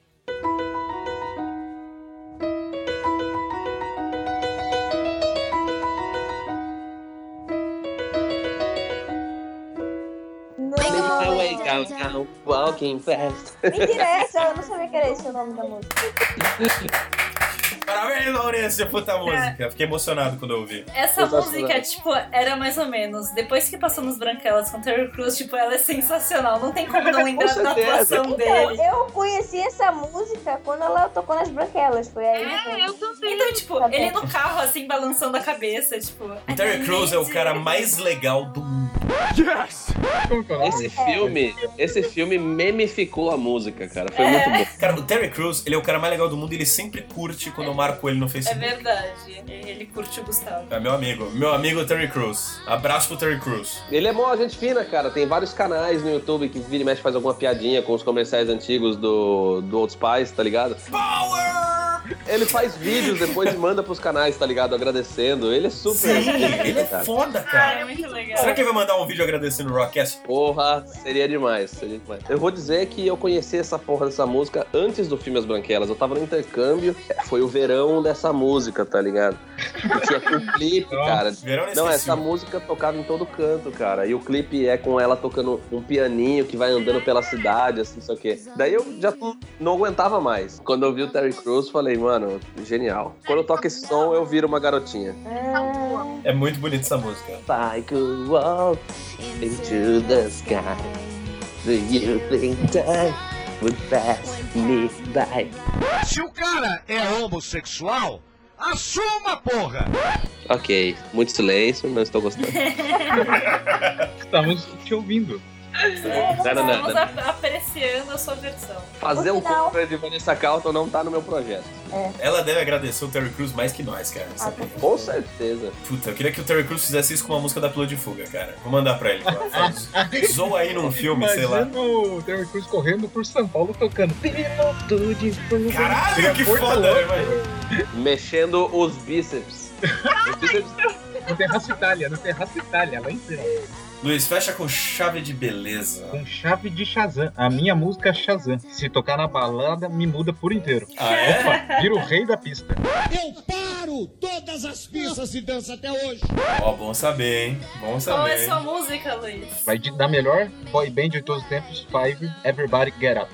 Walking fast.
Mentira, é essa, eu não sabia que era esse o nome da música.
Parabéns, Maurício, puta música. Fiquei emocionado quando eu ouvi.
Essa música, tipo, era mais ou menos. Depois que passou nos Branquelas com Terry Crews, tipo, ela é sensacional. Não tem como não lembrar da atuação
Então,
dele.
eu conheci essa música quando ela tocou nas branquelas. Foi aí.
É, eu também. Então, tipo, ele no carro, assim, balançando a cabeça, tipo.
é O Terry Crews é o cara mais legal do mundo.
Yes!
é
É.
Esse filme, esse filme memificou a música, cara. Foi muito bom.
Cara, o Terry Crews, ele é o cara mais legal do mundo e ele sempre curte quando eu marco ele no
É
Facebook.
verdade. Ele curte o Gustavo.
É meu amigo, meu amigo Terry Crews. Abraço pro Terry Crews.
Ele é mó gente fina, cara. Tem vários canais no YouTube que vira e mexe faz alguma piadinha com os comerciais antigos do, do Old Spice, tá ligado? Ele faz vídeos depois e manda pros canais, tá ligado? Agradecendo. Ele é super.
Sim,
querido,
ele é
cara.
foda,
Ah, é
cara.
muito legal.
Será que ele vai mandar um vídeo agradecendo o Rockcast?
Porra, seria demais, seria demais. Eu vou dizer que eu conheci essa porra dessa música antes do filme As Branquelas. Eu tava no intercâmbio, foi o verão dessa música, tá ligado? E tinha aqui o clipe, cara.
verão
Não,
inesquecível.
essa música tocava em todo canto, cara. E o clipe é com ela tocando um pianinho que vai andando pela cidade, assim, não sei o quê. Daí eu já não aguentava mais. Quando eu vi o Terry Crews, falei, mano, genial. Quando eu toco esse som, eu viro uma garotinha.
É muito bonita essa música.
Psycho walk into the sky. Do you think time would pass me by?
Se o cara é homossexual, assuma, porra!
Ok, muito silêncio, não estou gostando.
Tá
Estamos te ouvindo. Nada,
Estamos
nada.
a- apreciando a sua versão.
Fazer um cover de Vanessa Carlton não tá no meu projeto.
Ela deve agradecer o Terry Crews mais que nós, cara. Sabe?
Ah, Com certeza.
Puta, eu queria que o Terry Crews fizesse isso com uma música da Pula de Fuga, cara. Vou mandar pra ele. ó. Faz- Zoa aí num Um filme, sei lá.
Imagina o Terry Crews correndo por São Paulo tocando. Piloto de fuga.
Caralho, que
Porto
foda, né,
Louco.
velho.
Mexendo os bíceps. Os bíceps
No Terraço Itália, no Terraço Itália, lá em cima.
Luiz, fecha com chave de beleza.
Com chave de Shazam. A minha música é Shazam. Se tocar na balada, me muda por inteiro.
Ah, é?
Opa, vira o rei da pista.
Eu paro todas as pistas de dança até hoje.
Ó, bom saber, hein? Bom
É. Qual
saber.
é
hein?
sua música, Luiz?
Vai de- da melhor boy band de todos os tempos, Five, Everybody Get Up.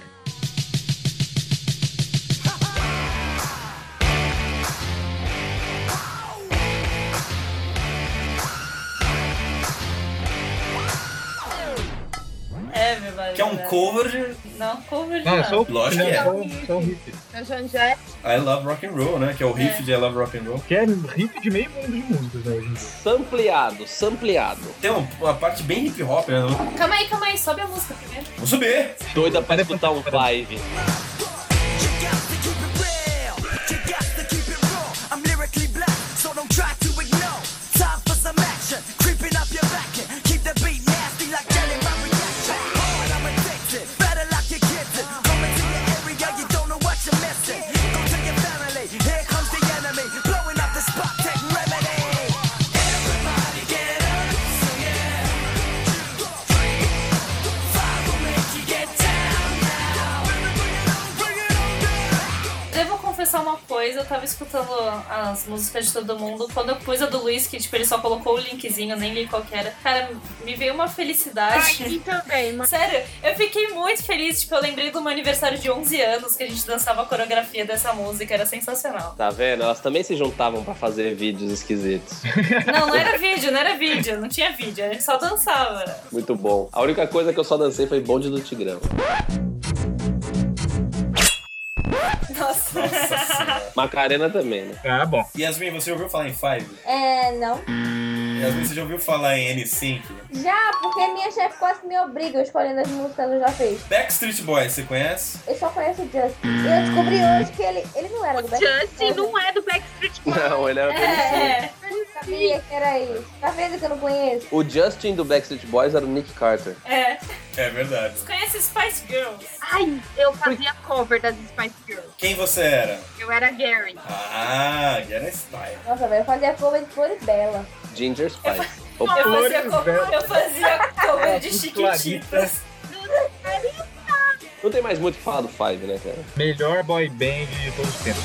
É, meu marido.
Que é um cover de...
Não, cover de
Não, é
nada.
só o- Lógico que é.
Só, só um riff.
Já
I Love Rock and Roll, né? Que é o riff de I Love Rock and Roll.
Que é riff de meio mundo de músicas, né, hoje em dia.
sampleado, sampleado.
Tem uma, uma parte bem hip hop, né?
Calma aí, calma aí, sobe a música primeiro.
Vamos subir.
Doida pra escutar um live.
I'm lyrically black, so don't try to ignore. Time for some action, creeping up your back and keep the beat nasty like that in my reaction. Hard, Oh, I'm addicted, better like you get it. Coming to your area, you don't know what you're missing. Go to your family, here comes the enemy, blowing up the spot, take remedy. Everybody get up, so yeah. Two, three, five will make you get down now. Bring it on, bring it on, down.
Devo confessar uma coisa, eu tava escutando as músicas de todo mundo. Quando eu pus a do Luiz, que tipo, ele só colocou o linkzinho, eu nem li qual que era. Cara, me veio uma felicidade.
Aqui também, mas.
Sério, eu fiquei muito feliz. Tipo, eu lembrei do meu aniversário de 11 anos que a gente dançava a coreografia dessa música, era sensacional.
Tá vendo? Elas também se juntavam pra fazer vídeos esquisitos.
Não, não era vídeo, não era vídeo, não tinha vídeo, a gente só dançava.
Muito bom. A única coisa que eu só dancei foi Bonde do Tigrão.
Nossa.
Macarena também, né?
Ah, bom.
Yasmin, você já ouviu falar em Five?
É, não.
Yasmin, você já ouviu falar em N5?
Já, porque minha chefe quase me obriga escolhendo as músicas que eu já fiz.
Backstreet Boys, você conhece?
Eu só conheço o Justin. E eu descobri hoje que ele, ele não era do Backstreet
Justin não é do Backstreet Boys.
Não, ele é.
É, eu não sabia que era isso. Tá vendo que eu não conheço?
O Justin do Backstreet Boys era o Nick Carter.
É.
É verdade.
Conhece Spice Girls?
Ai, eu fazia cover das Spice Girls.
Quem você era?
Eu era Gary.
Ah, Gary Style.
Nossa, velho, eu fazia cover de Flores Bela.
Ginger Spice.
Eu
Opa.
fazia,
velho.
co- eu fazia cover de
Tudo
Chiquititas.
Não tem mais muito o que falar do Five, né, cara?
Melhor boy band de todos os tempos.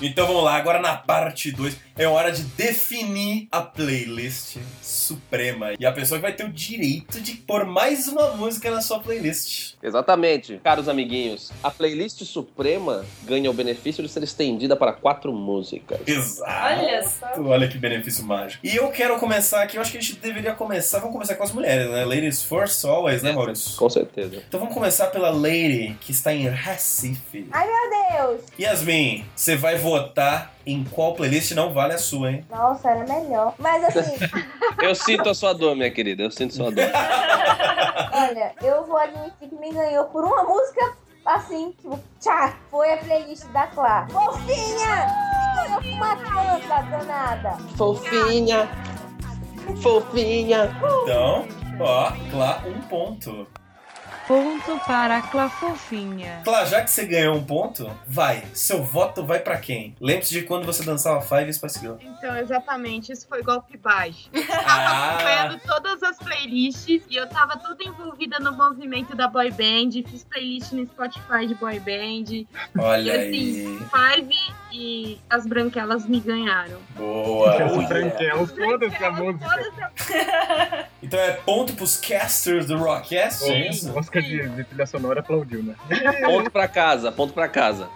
Então vamos lá, agora na parte 2 é hora de definir a playlist suprema. E a pessoa que vai ter o direito de pôr mais uma música na sua playlist.
Exatamente. Caros amiguinhos, a playlist suprema ganha o benefício de ser estendida para quatro músicas.
Exato.
Olha só.
Olha que benefício mágico. E eu quero começar aqui, eu acho que a gente deveria começar, vamos começar com as mulheres, né? Ladies first always, né, Maurício?
Com certeza.
Então vamos começar pela Lady, que está em Recife.
Ai, meu Deus!
Yasmin, você vai votar em qual playlist não vale a sua, hein?
Nossa, era melhor. Mas assim,
Eu sinto a sua dor, minha querida. Eu sinto a sua dor.
olha, eu vou admitir que me ganhou por uma música assim, tipo, tchá, foi a playlist da Clá. Fofinha! Me ganhou por uma tanta danada.
Fofinha. Fofinha.
Então, ó, Clá, um ponto.
Ponto para a Clafofinha.
Clá, já que você ganhou um ponto, vai. Seu voto vai pra quem? Lembre-se de quando você dançava Five Spice Girl.
Então, exatamente, isso foi golpe baixo.
Ah,
acompanhando todas as playlists e eu tava toda envolvida no movimento da boy band, fiz playlist no Spotify de boy band. e
olha
assim,
aí.
Five e as branquelas me ganharam.
Boa.
Essas
Olha.
branquelas, é um foda-se a música.
Então é ponto pros casters do Rockcast? é isso?
O Oscar de, de trilha sonora aplaudiu, né?
Ponto pra casa, ponto pra casa.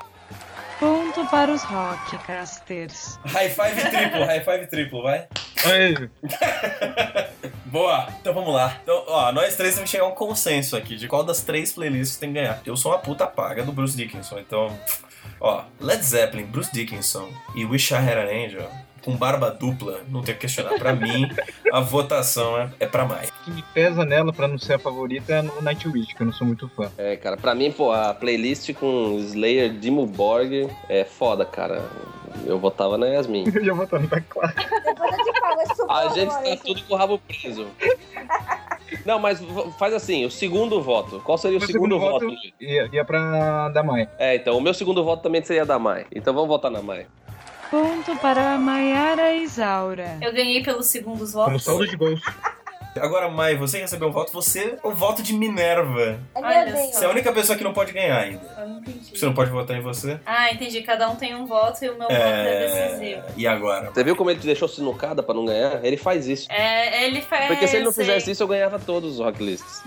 Ponto para os rockcasters.
High five triplo, high five triplo, vai. Boa, então vamos lá. Então, ó, nós três temos que chegar a um consenso aqui de qual das três playlists tem que ganhar. Eu sou uma puta paga do Bruce Dickinson, então. Ó, Led Zeppelin, Bruce Dickinson e Wish I Had an Angel. Com barba dupla, não tem o que questionar. Pra mim, a votação é, é pra mais.
O que me pesa nela pra não ser a favorita é no Nightwish, que eu não sou muito fã.
É, cara, pra mim, pô, a playlist com Slayer, Dimmu Borg é foda, cara. Eu votava na Yasmin.
Eu já vou estar claro.
Depois eu te é falo esse
A
suporte,
gente tá
Maurício.
tudo com o rabo preso. Não, mas v- faz assim, o segundo voto. Qual seria o
Meu
segundo,
segundo
voto?
voto- Ia, ia é pra da Mai.
É, então, o meu segundo voto também seria da Mai. Então vamos votar na Mai.
Ponto para a Maiara Isaura.
Eu ganhei pelos segundos votos.
de gols.
Agora, Mai, você recebeu o voto, você é o voto de Minerva.
Olha
Meu Deus.
Você é a única pessoa que não pode ganhar ainda.
Eu não entendi.
Você não pode votar em você?
Ah, entendi. Cada um tem um voto e o meu voto é decisivo.
E agora?
Você viu como ele te deixou sinucada pra não ganhar? Ele faz isso.
É, ele faz.
Porque se ele não
sei.
fizesse isso, eu ganhava todos os rocklists.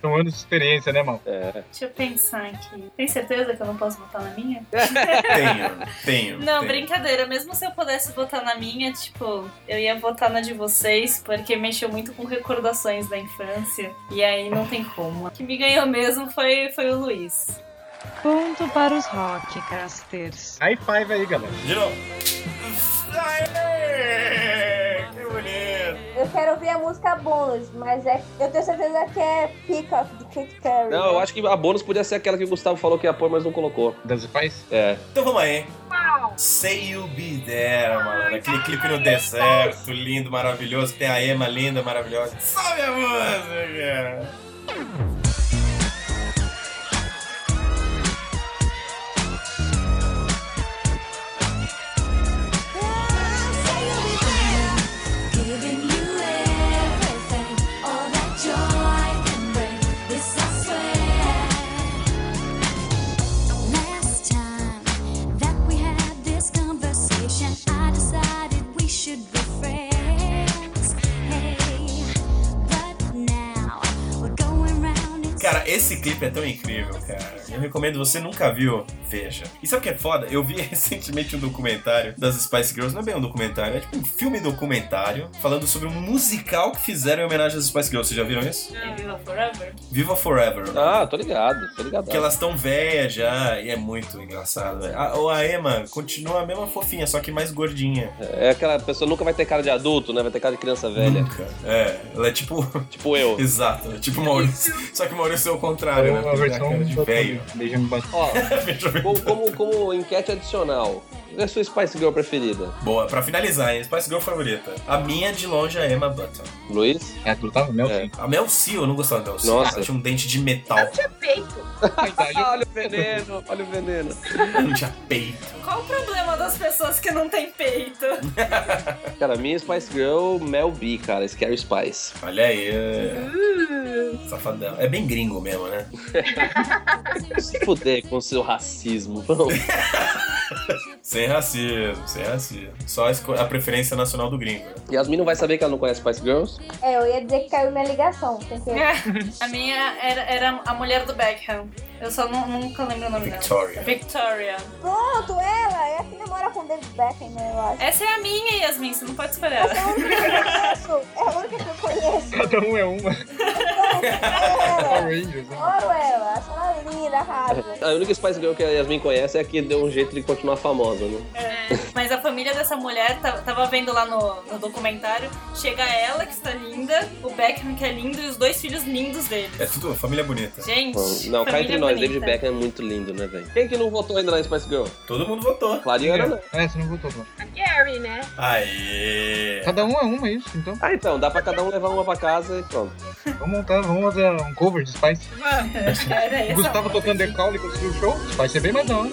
São anos de experiência, né, mal?
É.
Deixa eu pensar aqui. Tem certeza que eu não posso votar na minha?
Tenho, tenho.
Não,
tenho.
brincadeira. Mesmo se eu pudesse votar na minha, tipo, eu ia votar na de vocês, porque mexeu muito com recordações da infância. E aí não tem como. O que me ganhou mesmo foi, foi o Luiz.
Ponto para os rockcasters.
High five aí, galera.
De novo. Aê, que bonito.
Eu quero ouvir a música bônus, mas é, eu tenho certeza que é Pick Up de Katy Perry. né?
Não, eu acho que a bônus podia ser aquela que o Gustavo falou que ia pôr, mas não colocou.
Das pais?
É.
Então vamos aí. Say You Be There, malandro. Aquele clipe no deserto, lindo, maravilhoso. Tem a Emma linda, maravilhosa. Sobe a música!
Giving you everything, all that joy can bring. This I swear. Last time that we had this conversation, I decided we should be friends. Hey, but now we're going round in
Cara, esse clipe é tão incrível, cara. Eu recomendo, você nunca viu, veja. E sabe o que é foda? Eu vi recentemente um documentário das Spice Girls, não é bem um documentário, é tipo um filme documentário falando sobre um musical que fizeram em homenagem às Spice Girls. Vocês já viram isso?
É Viva Forever?
Viva Forever.
Ah, tô ligado, tô ligado.
Porque elas estão velhas já, e é muito engraçado. velho. A, ou a Emma continua a mesma fofinha, só que mais gordinha.
É aquela pessoa nunca vai ter cara de adulto, né? Vai ter cara de criança velha.
Nunca. É, ela é tipo.
Tipo eu.
Exato, ela é tipo o Maurício. Só que o Maurício é o contrário, né?
Ah, Uma
Porque ele tem a cara
versão
de velho.
Beijando bastante.
Ó, como, como, como enquete adicional, qual é a sua Spice Girl preferida?
Boa, pra finalizar, hein? Spice Girl favorita. A minha de longe é a Emma Button.
Luiz?
É, tu tava mesmo? É.
A Mel C, eu não gostava da Mel C.
Nossa.
Ela tinha um dente de metal.
Tinha peito.
olha o veneno, olha o veneno.
Ela não tinha peito.
Qual o problema das pessoas que não têm peito?
Cara, minha Spice Girl, Mel B, cara, Scary Spice.
Olha aí, é. safadão. É bem gringo mesmo, né?
Se fuder com seu racismo, vamos.
Sem racismo, sem racismo. Só a esco- a preferência nacional do gringo. né?
Yasmin não vai saber que ela não conhece Spice Girls?
É, eu ia dizer que caiu minha ligação. Porque...
É.
É, a minha era, era a mulher do Beckham. Eu só nu- nunca lembro o nome
Victoria.
dela. Victoria.
Pronto, ela é a que namora com o David Beckham, né, eu acho.
Essa é a minha, Yasmin, você não pode esperar.
É a única que eu conheço.
Cada um é uma. Power Rangers, né?
Adoro ela, acho ela linda, arrasa.
A única Spice Girl que a Yasmin conhece é a que deu um jeito de continuar famosa, né?
É, Mas a família dessa mulher, ta- tava vendo lá no, no documentário, chega ela, que está linda, o Beckham, que é lindo, e os dois filhos lindos dele.
É tudo família bonita.
Gente,
Não, cá entre
família
nós,
bonita.
David Beckham é muito lindo, né, velho? Quem que não votou ainda na Spice Girl?
Todo mundo votou.
Clariana, não.
É, você não votou, pô.
A Gary, né?
Aê!
Cada um é uma, é isso, então.
Ah, então, dá pra cada um levar uma pra casa e pronto.
Vamos montar, vamos fazer um cover de Spice.
Era
O
essa
Gustavo tocando decaule e construiu o show. Spice é bem mais não, né?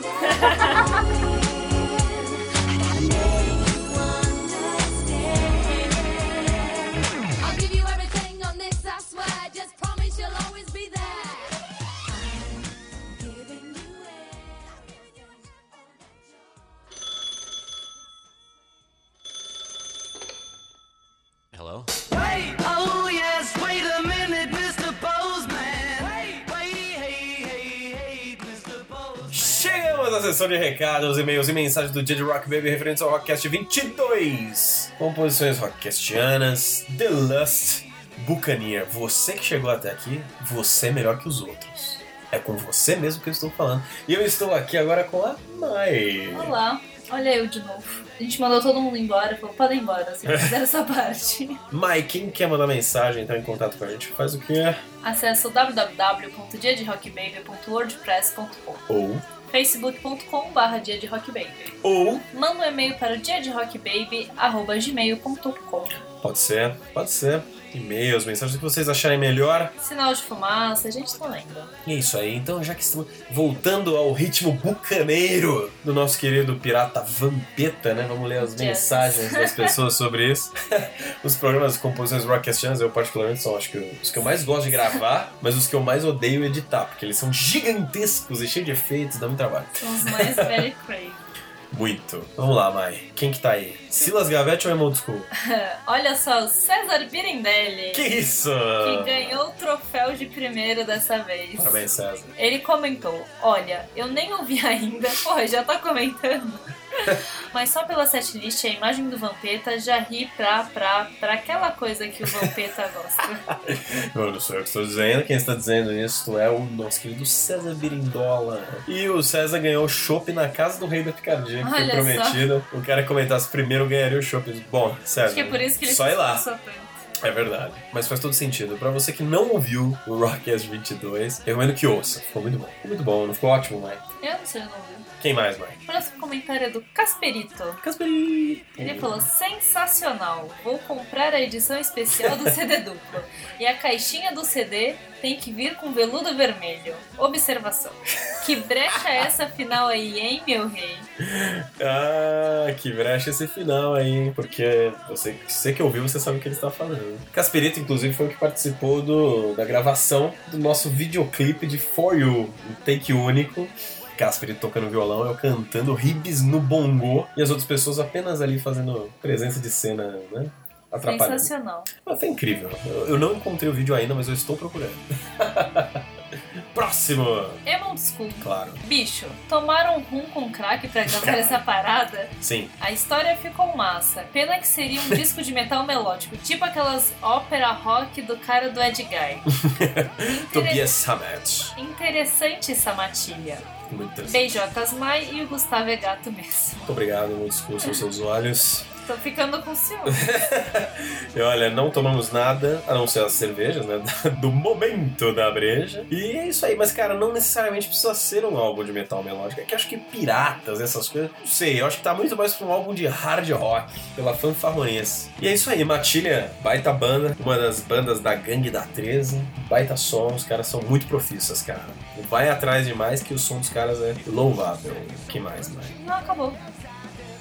I'll give you everything on this, I swear. Just promise you'll always be there.
Hello?
Wait, oh yes, wait a minute, Mr. Bozeman. Wait, wait, hey, hey, hey, Mr. Bozeman.
Chegamos à sessão de recados, e-mails e mensagens do dia de Rock Baby referentes ao Rockcast 22. Composições rockcastianas, The Lust, Buccaneer. Você que chegou até aqui, você é melhor que os outros. É com você mesmo que eu estou falando. E eu estou aqui agora com a Mai.
Olá, olha eu de novo. A gente mandou todo mundo embora, falou, podem ir embora, se fizeram essa parte.
Mai, quem quer mandar mensagem, entrar em contato com a gente, faz o quê?
Acesse www.diaderockbaby.wordpress.com
Ou,
facebook.com.br Dia de Rock Baby.
ou,
Manda um e-mail para diaderockbaby.gmail.com
pode ser, pode ser. E-mails, mensagens o que vocês acharem melhor.
Sinal de fumaça, a gente tá não lembra.
E é isso aí, então já que estamos voltando ao ritmo bucaneiro do nosso querido pirata Vampeta, né? Vamos ler as
Yes.
mensagens das pessoas sobre isso. os programas de composições rockcastianas, eu particularmente são acho que os que eu mais gosto de gravar, mas os que eu mais odeio editar, porque eles são gigantescos e cheios de efeitos, dá muito trabalho.
São os mais very crazy.
Muito. Vamos lá, Mai. Quem que tá aí? Silas Gavetti ou Emote School?
Olha só, o César Birindelli.
Que isso?
Que é ganhou o troféu de primeiro dessa vez.
Parabéns, César.
Ele comentou: Olha, eu nem ouvi ainda, porra, já tá comentando. Mas só pela setlist, a imagem do Vampeta já ri pra, pra, pra aquela coisa que o Vampeta gosta.
Eu não sou eu que estou dizendo, quem está dizendo isso é o nosso querido César Birindola. E o César ganhou o chopp na casa do rei da picardia, que foi
Olha
prometido. O cara que comentasse primeiro ganharia o chopp. Bom, César,
Acho que é por isso que ele
só ir
se
lá.
esforçou tanto.
É verdade. Mas faz todo sentido. Pra você que não ouviu o Rockcast 22, eu recomendo que ouça. Ficou muito bom. Ficou muito bom, não ficou ótimo, Mike?
Eu não sei o nome.
Quem mais, Mike?
O próximo comentário é do Casperito.
Casperito!
Ele falou: sensacional! Vou comprar a edição especial do CD duplo. E a caixinha do CD tem que vir com veludo vermelho. Observação. Que brecha é essa final aí, hein, meu rei?
Ah, que brecha esse final aí, hein? Porque você, você que ouviu, você sabe o que ele está falando. Casperito, inclusive, foi o que participou do, da gravação do nosso videoclipe de For You, um take único. Casperito tocando violão, eu cantando ribs no bongô e as outras pessoas apenas ali fazendo presença de cena, né? Atrapalhando.
Sensacional.
Mas Foi incrível. Eu, eu não encontrei o vídeo ainda, mas eu estou procurando. Próximo!
Emon É desculpa.
Claro.
Bicho, tomaram um rum com crack pra gravar essa parada?
Sim.
A história ficou massa. Pena que seria um disco de metal melódico, tipo aquelas ópera rock do cara do Ed Guy.
Tobias Sammet.
Interessante essa matilha.
Muito interessante.
Beijotas Mai e o Gustavo é gato mesmo.
Muito obrigado, muito discurso aos seus olhos.
Tô ficando com ciúme.
E olha, não tomamos nada, a não ser as cervejas, né? Do momento da breja. E é isso aí, mas cara, não necessariamente precisa ser um álbum de metal melódico. É que eu acho que piratas, essas coisas, não sei, eu acho que tá muito mais pra um álbum de hard rock, pela fanfarronense. E é isso aí, Matilha, baita banda, uma das bandas da Gangue da 13, baita som, os caras são muito profissas, cara. Vai atrás demais que o som dos caras é louvável. que mais, mano?
Não, acabou.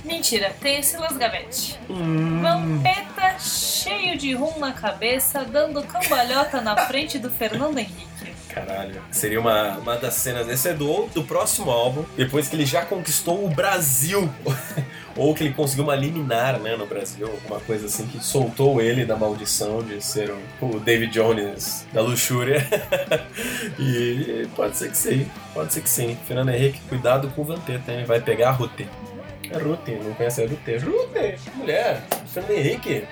Mentira, tem esse Gavete. Hum, Vampeta cheio de rum na cabeça, dando cambalhota na frente do Fernando Henrique.
Caralho. Seria uma, uma das cenas. Esse é do, do próximo álbum, depois que ele já conquistou o Brasil. Ou que ele conseguiu uma liminar, né, no Brasil. Alguma coisa assim que soltou ele da maldição de ser um, o, o David Jones da luxúria. e pode ser que sim. Pode ser que sim. Fernando Henrique, cuidado com o Vampeta, hein? Vai pegar a Rutê. É Rutê, não conhece a Rutê? Rutê! Mulher! Fernando Henrique!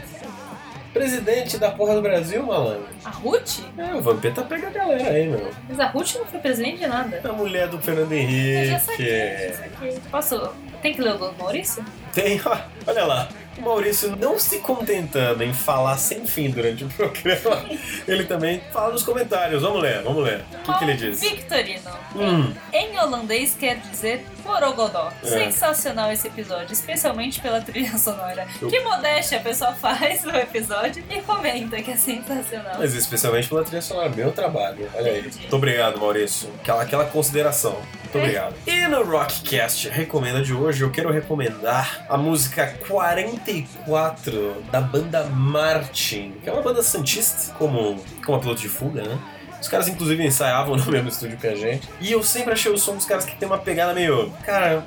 Presidente da porra do Brasil, malandro.
A Ruth?
É, o Vampeta pega a galera aí, meu.
Mas a Ruth não foi presente de nada.
A mulher do Fernando
Eu já
Henrique.
saquei, já saquei. Posso. Tem que ler o do Maurício?
Tem, ó, olha lá. O Maurício não se contentando em falar sem fim durante o programa, ele também fala nos comentários. Vamos ler, vamos ler. O que, que ele diz?
Victorino.
Hum.
Em holandês quer dizer porogodó.
É.
Sensacional esse episódio, especialmente pela trilha sonora.
Eu-
Que modéstia a pessoa faz no episódio e comenta que é sensacional.
Mas especialmente pela trilha sonora, meu trabalho. Olha aí. Muito obrigado, Maurício. Aquela, aquela consideração. Muito obrigado. E no Rockcast Recomenda de hoje, eu quero recomendar a música 44 da banda Martin, que é uma banda santista, como, como a piloto de fuga, né? Os caras, inclusive, ensaiavam no mesmo estúdio que a gente. E eu sempre achei o som dos caras que tem uma pegada meio. Cara,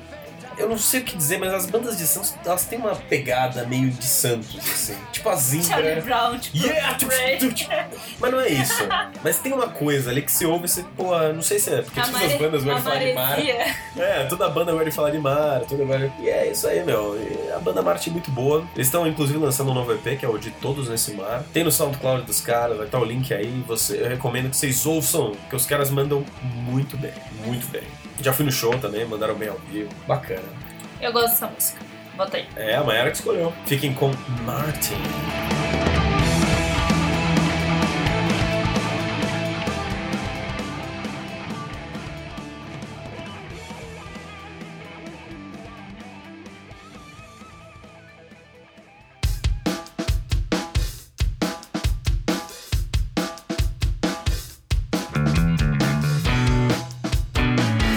eu não sei o que dizer, mas as bandas de Santos, elas têm uma pegada meio de Santos, assim. Tipo a
Charlie
Zimbra.
Brown, tipo,
Yeah, tu-
Ray.
tu- tu- Mas não é isso. Mas tem uma coisa ali que se ouve, você, pô, não sei se é. Porque
A
todas as
mare-
bandas vão
a
falar de mar.
maresia.
É, toda banda gosta de falar de mar, tudo vai. E é isso aí, meu. E a banda Marte é muito boa. Eles estão, inclusive, lançando um novo EP, que é o de Todos Nesse Mar. Tem no SoundCloud dos caras, vai estar o link aí. Você, eu recomendo que vocês ouçam, porque os caras mandam muito bem, muito bem. Já fui no show também, mandaram bem ao vivo. Bacana.
Eu gosto dessa música. Bota aí.
É, a Mayara que escolheu. Fiquem com Martin.
Martin, É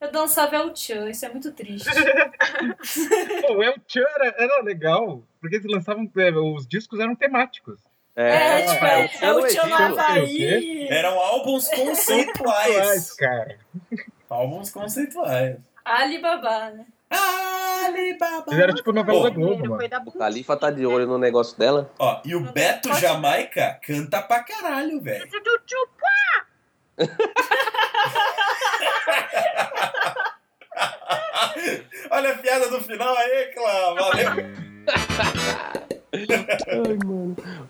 Eu dançava El Chan, isso é muito triste.
Pô, o El Chan era, era legal, porque eles lançavam. é, Os discos eram temáticos.
É, tipo, é,
é
o Tio
o Egito,
no
não sei
Havaí.
o quê.
Eram álbuns
Conceituais,
conceituais.
cara.
álbuns conceituais.
Alibaba, né? Alibaba.
Fizeram tipo novela
da Globo, mano.
O Talifa tá de olho no negócio dela.
Ó, e o Beto Jamaica canta pra caralho, velho. Olha a piada do final aí, Clá. Valeu.
Ai, mano.